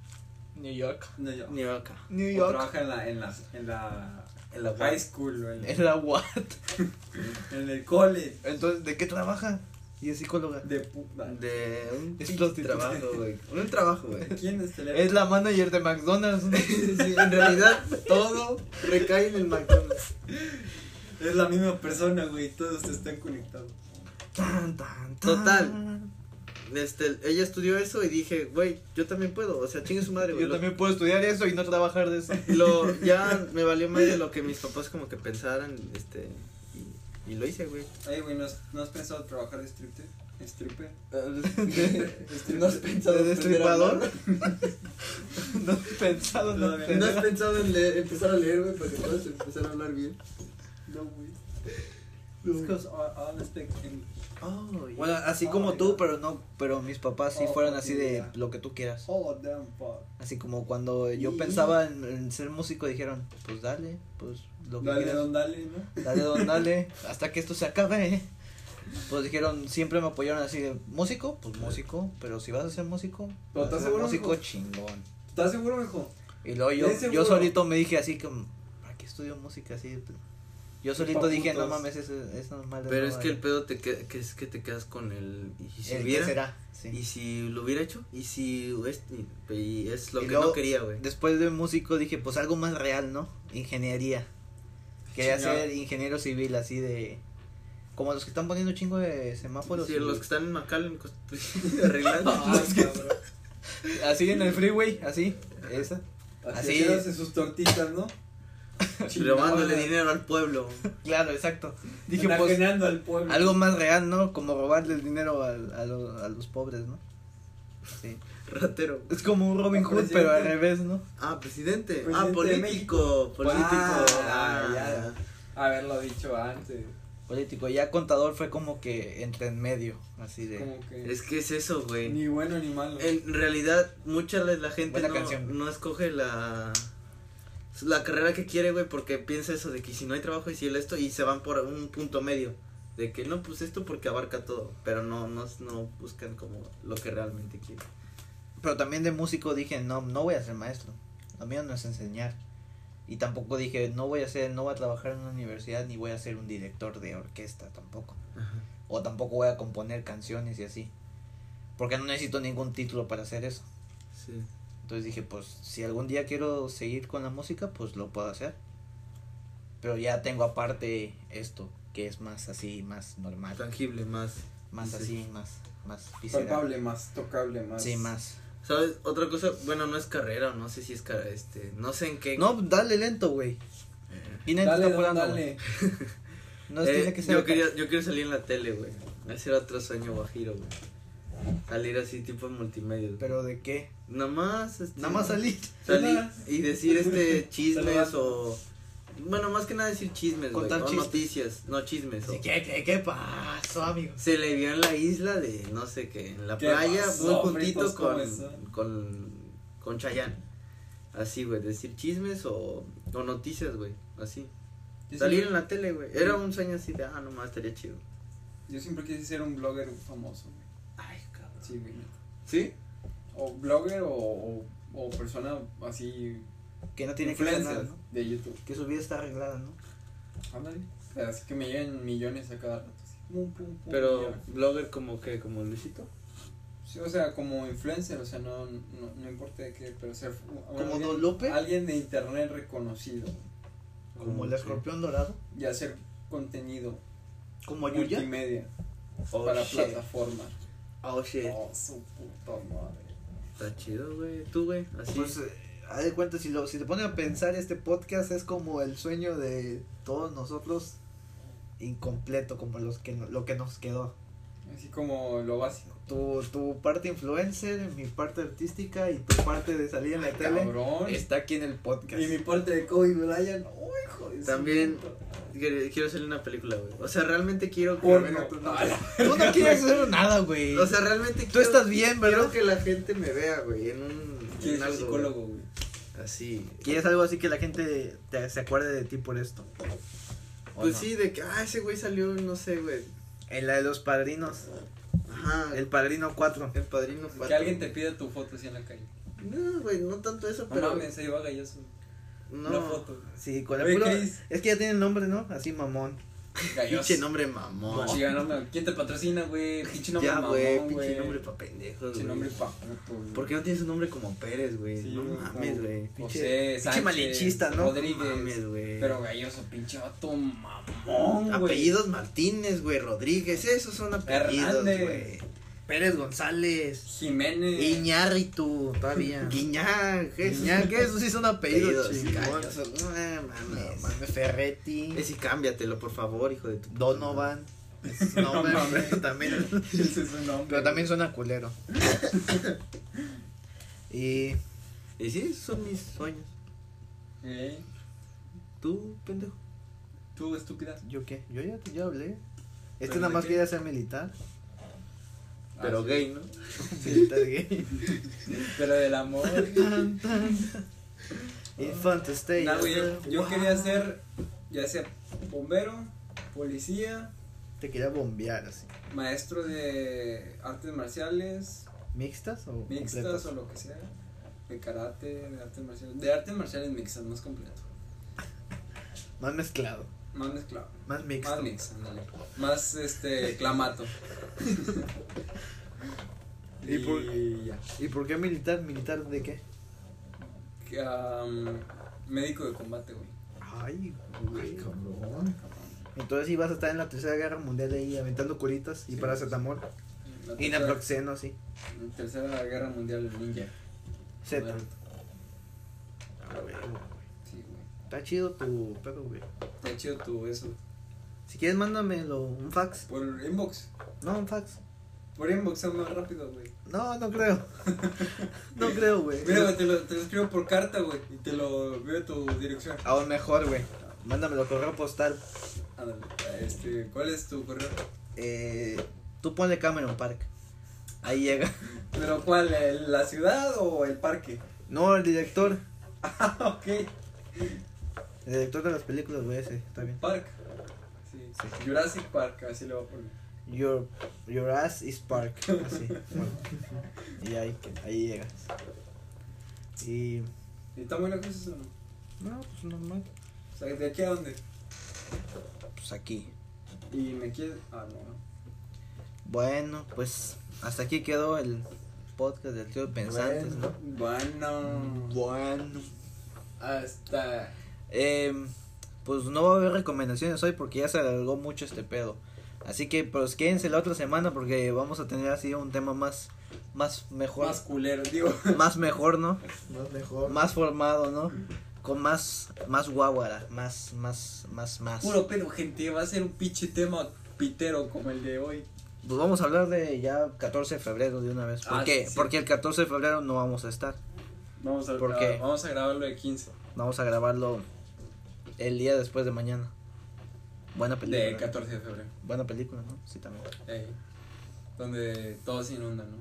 New York.
No, yo.
New York.
New
O
York.
trabaja en la, en la, en la,
En la
high school, o en,
Es la what.
en el college.
Entonces, ¿de qué trabaja? Y es psicóloga.
De puta.
De un
Es
pinche
prostituta.
trabajo, güey. Un trabajo, güey.
¿Quién es el
Es la manager de McDonald's. ¿no?
Sí, en realidad todo recae en el McDonald's.
Es la misma persona, güey. Todos están conectados.
Tan, tan, tan.
Total. este, ella estudió eso y dije, güey, yo también puedo, o sea, chingue su madre, güey.
Yo
Lo-
también puedo estudiar eso y no trabajar de eso.
lo, ya me valió medio lo que mis papás como que pensaran, este, y, y lo hice, güey.
Oye, güey, ¿no has, no has pensado trabajar de stripper? ¿Stripper?
Ah,
¿No has pensado
¿De
aprender a
destripador?
hablar?
No he pensado, no he
¿No
pensado.
has pensado en leer- empezar a leer, güey, para que puedas empezar a hablar bien? No, güey. No.
Because all, all expect in-
Bueno, así como tú, pero no, pero mis papás sí
Oh,
fueron así de
yeah.
lo que tú quieras.
all of them, but-
Así como cuando yo
Y-
pensaba en, en ser músico dijeron, pues dale, pues lo que
Dale,
quieras.
don, dale, ¿no?
Dale, don, dale, hasta que esto se acabe. Pues dijeron, siempre me apoyaron así de músico, pues músico, pero si vas a ser músico, vas
Pero
a
¿estás
ser
seguro,
músico
mijo?
chingón.
¿Estás seguro, mijo?
Y luego yo,
¿Estás seguro?
yo solito me dije así que, ¿para qué estudio música así? Yo solito
Pa'
dije, no
putos.
mames, eso es normal.
Pero es que el pedo te que, que es que te quedas con el y si
¿Qué
hubiera
será? Sí.
y si lo hubiera hecho y si es, y, y es lo
Y
que no
luego-
quería, güey.
Después de músico dije, pues algo más real, ¿no? Ingeniería. Quería
Chingado.
ser ingeniero civil, así de... Como los que están poniendo un chingo de semáforos.
Sí,
y- Ah,
los que están en McAllen constru- arreglando.
Así en el freeway, así. Esa. Así.
Así haciéndose sus tortitas, ¿no?
pero
Chingada.
mándale dinero al pueblo.
Claro, exacto. Dije, pues
Enajenando al pueblo.
algo más real, ¿no? Como robarle el dinero al- a, lo- a los pobres, ¿no? Sí.
Ratero.
Es como un Robin Hood, pero al revés, ¿no?
Ah, presidente. ah,
Presidente de
político. Político.
Ah,
Ah,
Haberlo dicho antes.
Político. Ya contador fue como que entre en medio, así de...
Como que.
Es que es eso, güey.
Ni bueno ni malo.
En realidad, mucha de la gente
Buena
no,
canción.
no escoge la la carrera que quiere, güey, porque piensa eso de que si no hay trabajo y si el esto y se van por un punto medio. De que no, pues esto porque abarca todo, pero no, no, no buscan como lo que realmente quieren.
Pero también de músico dije, no, no voy a ser maestro. Lo mío no es enseñar. Y tampoco dije, no voy a ser, no voy a trabajar en una universidad ni voy a ser un director de orquesta tampoco. O tampoco voy a componer canciones y así. Porque no necesito ningún título para hacer eso.
Sí.
Entonces dije, pues si algún día quiero seguir con la música, pues lo puedo hacer. Pero ya tengo aparte esto, que es más así, más normal.
Tangible, más.
Más
sí.
así, más, más visceral.
Palpable más, tocable más.
Sí, más.
¿Sabes? Otra cosa, bueno, no es carrera, no sé si es carrera, este, no sé en qué.
No, dale lento, güey. Y nadie te
Dale,
está
don,
apurando,
dale.
güey. No
Eh,
tiene que ser.
yo,
acá.
quería, yo quiero salir en la tele, güey. Ese era otro sueño guajiro, güey. Salir así tipo en multimedia. güey.
Pero de qué?
Nada más. este,
Nada más salí.
salir
Nada.
y decir este chismes
Saludar.
o. Bueno, más que nada decir chismes, güey.
Contar
o
chistes.
noticias, no chismes. o-
¿Qué, qué, qué pasó, amigos?
Se le vio en la isla de no sé qué, en la
¿Qué
playa,
pasó,
muy juntito
fritos, cómo
con,
están?
con, con Chayanne. Así, güey, decir chismes o, o noticias, güey, así.
Yo
Salir
siempre-
en la tele, güey. Era un sueño así de, ah, nomás estaría chido.
Yo siempre quise ser un blogger famoso. güey.
Ay, cabrón.
Sí, güey.
¿Sí?
O blogger o, o, o persona así.
Que no tiene que ser
influencer
nada, ¿no?
de YouTube.
Que su vida está arreglada, ¿no?
Ándale. O sea, Así que me lleguen millones a cada rato. así, pum, pum, pum,
Pero,
millones.
blogger como que, como Luisito.
Sí, o sea, como influencer, o sea, no, no, no importa de qué, pero ser. un-
¿Como Don Lupe?
Alguien de internet reconocido
Como el
Mm, Sí.
escorpión dorado.
y hacer contenido
Como Yuya.
multimedia
Oh,
para
shit.
plataformas.
Oh, shit.
Oh, su puta madre.
Está chido, güey. Tú, güey, así.
Pues, eh, haz de cuenta, si, lo, si te pones a pensar, este podcast es como el sueño de todos nosotros incompleto, como los que, no- lo que nos quedó.
Así como lo básico.
Tu, tu parte influencer, mi parte artística y tu parte de salir en la tele
Cabrón.
está aquí en el podcast.
Y mi parte de Kobe Bryant. ¡Oh, hijo de su
También-
puta.
Quiero quiero hacerle una película, güey. O sea, realmente quiero que...
Porno. Ah,
Tú no quieres hacer nada, güey.
O sea, realmente
tú estás bien,
Quiero
¿verdad?
que la gente me vea, güey, en un...
¿Quién
en
es el
algo,
psicólogo, güey?
güey. Así.
¿Quieres algo así que la gente te- se acuerde de ti por esto? ¿O
Pues
no?
sí, de que, ah, ese güey salió, no sé, güey.
En la de los padrinos.
Ajá,
El
el,
padrino 4.
el padrino.
Que
Pato.
alguien te pida tu foto así en la calle.
No, güey, no tanto eso,
No
pero.
mames, ahí va Galloso.
no,
La foto.
Sí, con el
Oye,
puro-
Chris.
Es que ya tiene el nombre, ¿no? Así mamón.
Pinche
Galloso.
nombre mamón.
Chica, no mames. ¿Quién te patrocina, güey? Pinche nombre
ya,
mamón,
güey,
güey.
pinche nombre pa' pendejos,
Pinche
güey.
nombre pa' puto, güey.
¿Por qué no tienes un nombre como Pérez, güey?
Sí,
no
güey,
mames,
no.
güey.
José,
pinche
Sánchez,
malinchista, ¿no?
No
Rodríguez.
mames, güey.
Pero Galloso, pinche vato mamón, güey.
Apellidos Martínez, güey, Rodríguez, esos son apellidos,
Hernández.
güey.
Pérez González.
Jiménez.
Iñárritu, todavía.
Guiñac, es-
Guiñac, eso sí son apellidos.
Apellidos,
chingón.
sí,
Eso- eh, mames. Eh,
No
Ferretti.
Es y cámbiatelo, por favor, hijo de tu.
Donovan. No,
No
mames,
mames.
también.
Ese es su nombre.
Pero también suena culero. y
Y sí, esos son mis sueños.
Eh,
Tú, pendejo.
Tú, estúpida.
yo qué? Yo ya, ya hablé. Este
¿Pero
nada
de
más
qué?
quería ser militar.
Pero
Ah, sí.
gay, ¿no?
Militar gay.
Pero del amor.
Infante State.
Nah, güey, yo, yo quería ser, ya sea bombero, policía,
Te quería bombear así.
maestro de artes marciales,
¿Mixtas o
mixtas
completas?
o lo que sea, de karate, de artes marciales. De artes marciales mixtas, más completo.
Más mezclado.
Más mezclado.
Más mixto.
Más mix, ándale. Más este clamato.
Y por-
ya.
¿Y por qué militar? ¿Militar de qué?
Que, am, Um, médico de combate, güey.
Ay, güey.
Cabrón.
Entonces ibas a estar en la tercera guerra mundial ahí aventando curitas y
Sí.
paracetamol.
La
Y
tercera-
naproxeno así.
Tercera guerra mundial ninja.
Z.
Bueno,
Ah, güey, güey.
Sí, güey.
Está chido tu pedo, güey.
Está chido tu eso.
Si quieres, mándamelo un fax.
Por inbox.
No, un fax.
Por inbox es más rápido, güey.
No, no creo. no creo, güey.
Mira, güey, te lo, te lo escribo por carta, güey. Y te lo veo a tu dirección.
Aún mejor, güey. Mándamelo correo postal.
Ándale. Este, ¿cuál es tu correo?
Eh, tú ponle Cameron Park. Ahí llega.
¿Pero cuál? el- ¿La ciudad o el parque?
No, el director.
Ah, ok.
El director de las películas, güey, ese. Está bien.
Park. Sí, Jurassic Park, así le voy a poner.
Your, your ass is park. Así. bueno. Y ahí, ahí llega. Y.
¿Y está muy lejos eso o no?
No, pues normal.
O sea, ¿de aquí a dónde?
Pues aquí.
Y me quiere. Ah, no, no.
Bueno, pues hasta aquí quedó el podcast del tío Pensantes, ¿no?
Bueno.
Bueno.
Hasta.
Em, pues no va a haber recomendaciones hoy porque ya se alargó mucho este pedo. Así que pues quédense la otra semana porque vamos a tener así un tema más más mejor,
Más culero, digo.
más mejor, ¿no?
Más mejor.
Más formado, ¿no? Con más más guaguara, más más más más.
Puro pedo, gente. Va a ser un pinche tema pitero como el de hoy.
Pues vamos a hablar de ya 14 de febrero de una vez. ¿Por
Ah,
qué?
sí.
Porque el 14 de febrero no vamos a estar.
Vamos a,
¿Por
grabar-
qué?
Vamos a grabarlo de 15.
Vamos a grabarlo el día después de mañana. Buena película.
De 14 de febrero.
Buena película, ¿no? Sí, también.
Ey. Donde todo se inunda, ¿no?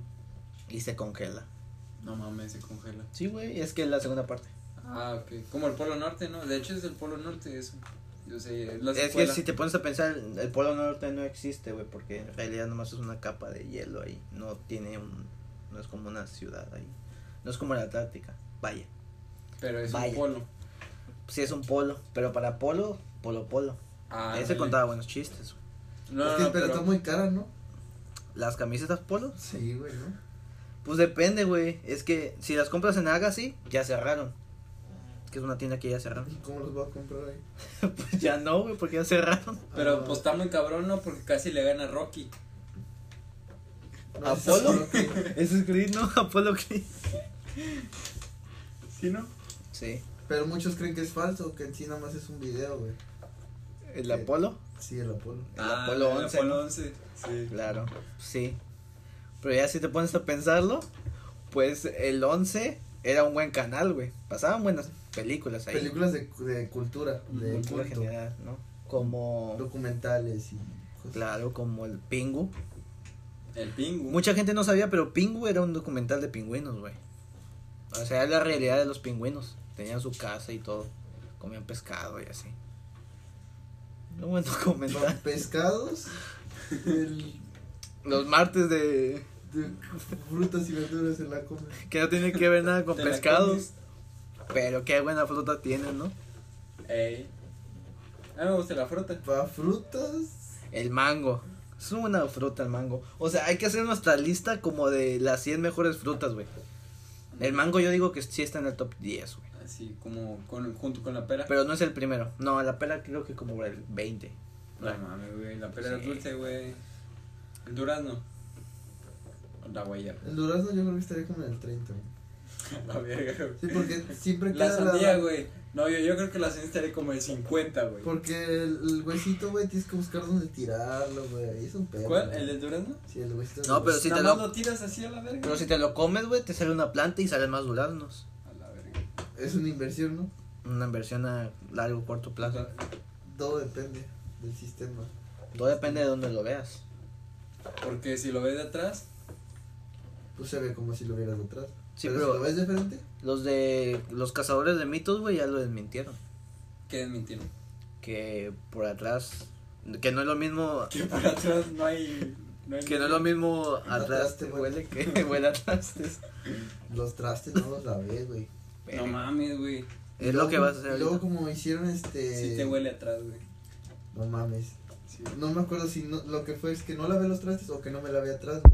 Y se congela.
No mames, se congela.
Sí, güey, es que es la segunda parte.
Ah, ok. Como el Polo Norte, ¿no? De hecho es el Polo Norte eso. Yo sé, es la
Es que
secuela.
si te pones a pensar, el Polo Norte no existe, güey, porque en realidad nomás es una capa de hielo ahí. No tiene un. No es como una ciudad ahí. No es como la Antártica. Vaya.
Pero es
Vaya.
un polo.
Sí, es un polo, pero para polo, polo, polo.
Ah,
Ese
dale.
contaba buenos chistes. güey.
No,
es
no,
que,
no,
pero,
pero,
está muy cara, ¿no?
¿Las camisetas polo?
Sí, güey, ¿no?
Pues depende, güey. Es que si las compras en Agassi, ya cerraron. Que es una tienda que ya cerraron.
¿Y cómo los voy a comprar ahí?
pues ya no, güey, porque ya cerraron.
pero
Ah,
pues está muy cabrón, ¿no? Porque casi le gana a Rocky.
no,
¿A
es
Polo?
solo que-
Eso es Creed, ¿no? Apolo Creed.
¿Sí, no?
Sí.
Pero muchos creen que es falso, que en sí nada más es un video, güey.
¿El
Sí.
Apolo?
Sí, el Apolo.
El Apolo 11,
Ah, El Apolo
¿no?
11. Sí.
Claro, sí. Pero ya si te pones a pensarlo, pues el 11 era un buen canal, güey. Pasaban buenas películas ahí.
Películas de, de cultura, de
Cultura
culto,
general, ¿no? Como,
documentales y cosas.
claro, como el Pingu.
El Pingu.
Mucha gente no sabía, pero Pingu era un documental de pingüinos, güey. O sea, era la realidad de los pingüinos. Tenían su casa y todo. Comían pescado y así. Un buen documental.
Con pescados, el-
Los martes de...
de frutas y verduras en la comida.
Que no tiene que ver nada con
¿Te la
pescados.
comes?
Pero qué buena fruta tienen, ¿no?
Ey. A mí me gusta la fruta.
Para frutas,
El mango. Es una fruta el mango. O sea, hay que hacer nuestra lista como de las 100 mejores frutas, güey. El mango yo digo que sí está en el top 10, güey.
Así Ah, como con, junto con la pera.
Pero no es el primero. No, la pera creo que como el 20.
No mames, güey. La pera
Sí.
es dulce, güey. El durazno. La guayaba.
El durazno yo creo que estaría como en el 30, güey.
La verga, güey.
Sí, porque siempre
La
queda
sandía, güey. No, yo, yo creo que la sandía estaría como el 50, güey.
Porque el, el huesito, güey, tienes que buscar dónde tirarlo, güey. Ahí es un pedo.
¿Cuál?
güey.
¿El del durazno?
Sí, el huesito.
No, pero si
Nada
te
más
lo,
lo tiras así a la verga.
pero si te lo comes, güey, te sale una planta y salen más duraznos.
A la verga.
Es una inversión, ¿no?
Una inversión a largo corto plazo.
Todo depende del sistema.
Todo depende de dónde lo veas.
Porque si lo ves de atrás,
Pues se ve como si lo vieras de atrás.
Sí,
pero, si
pero
lo ves de frente,
los de los cazadores de mitos, güey, ya lo desmintieron.
quedan mintiendo.
Que por atrás, que no es lo mismo,
Que para atrás no hay. No hay
que no es lo mismo atrás
Atraste,
te
güey.
huele que huele atrás.
los trastes no los lavé, güey.
No mames, güey.
Es lo que vas a
Y
hacer.
luego
ahorita.
como hicieron este...
Eh.
Sí te huele atrás, güey.
No mames.
Sí.
No me acuerdo si no- lo que fue es que no lavé los trastes o que no me lavé atrás.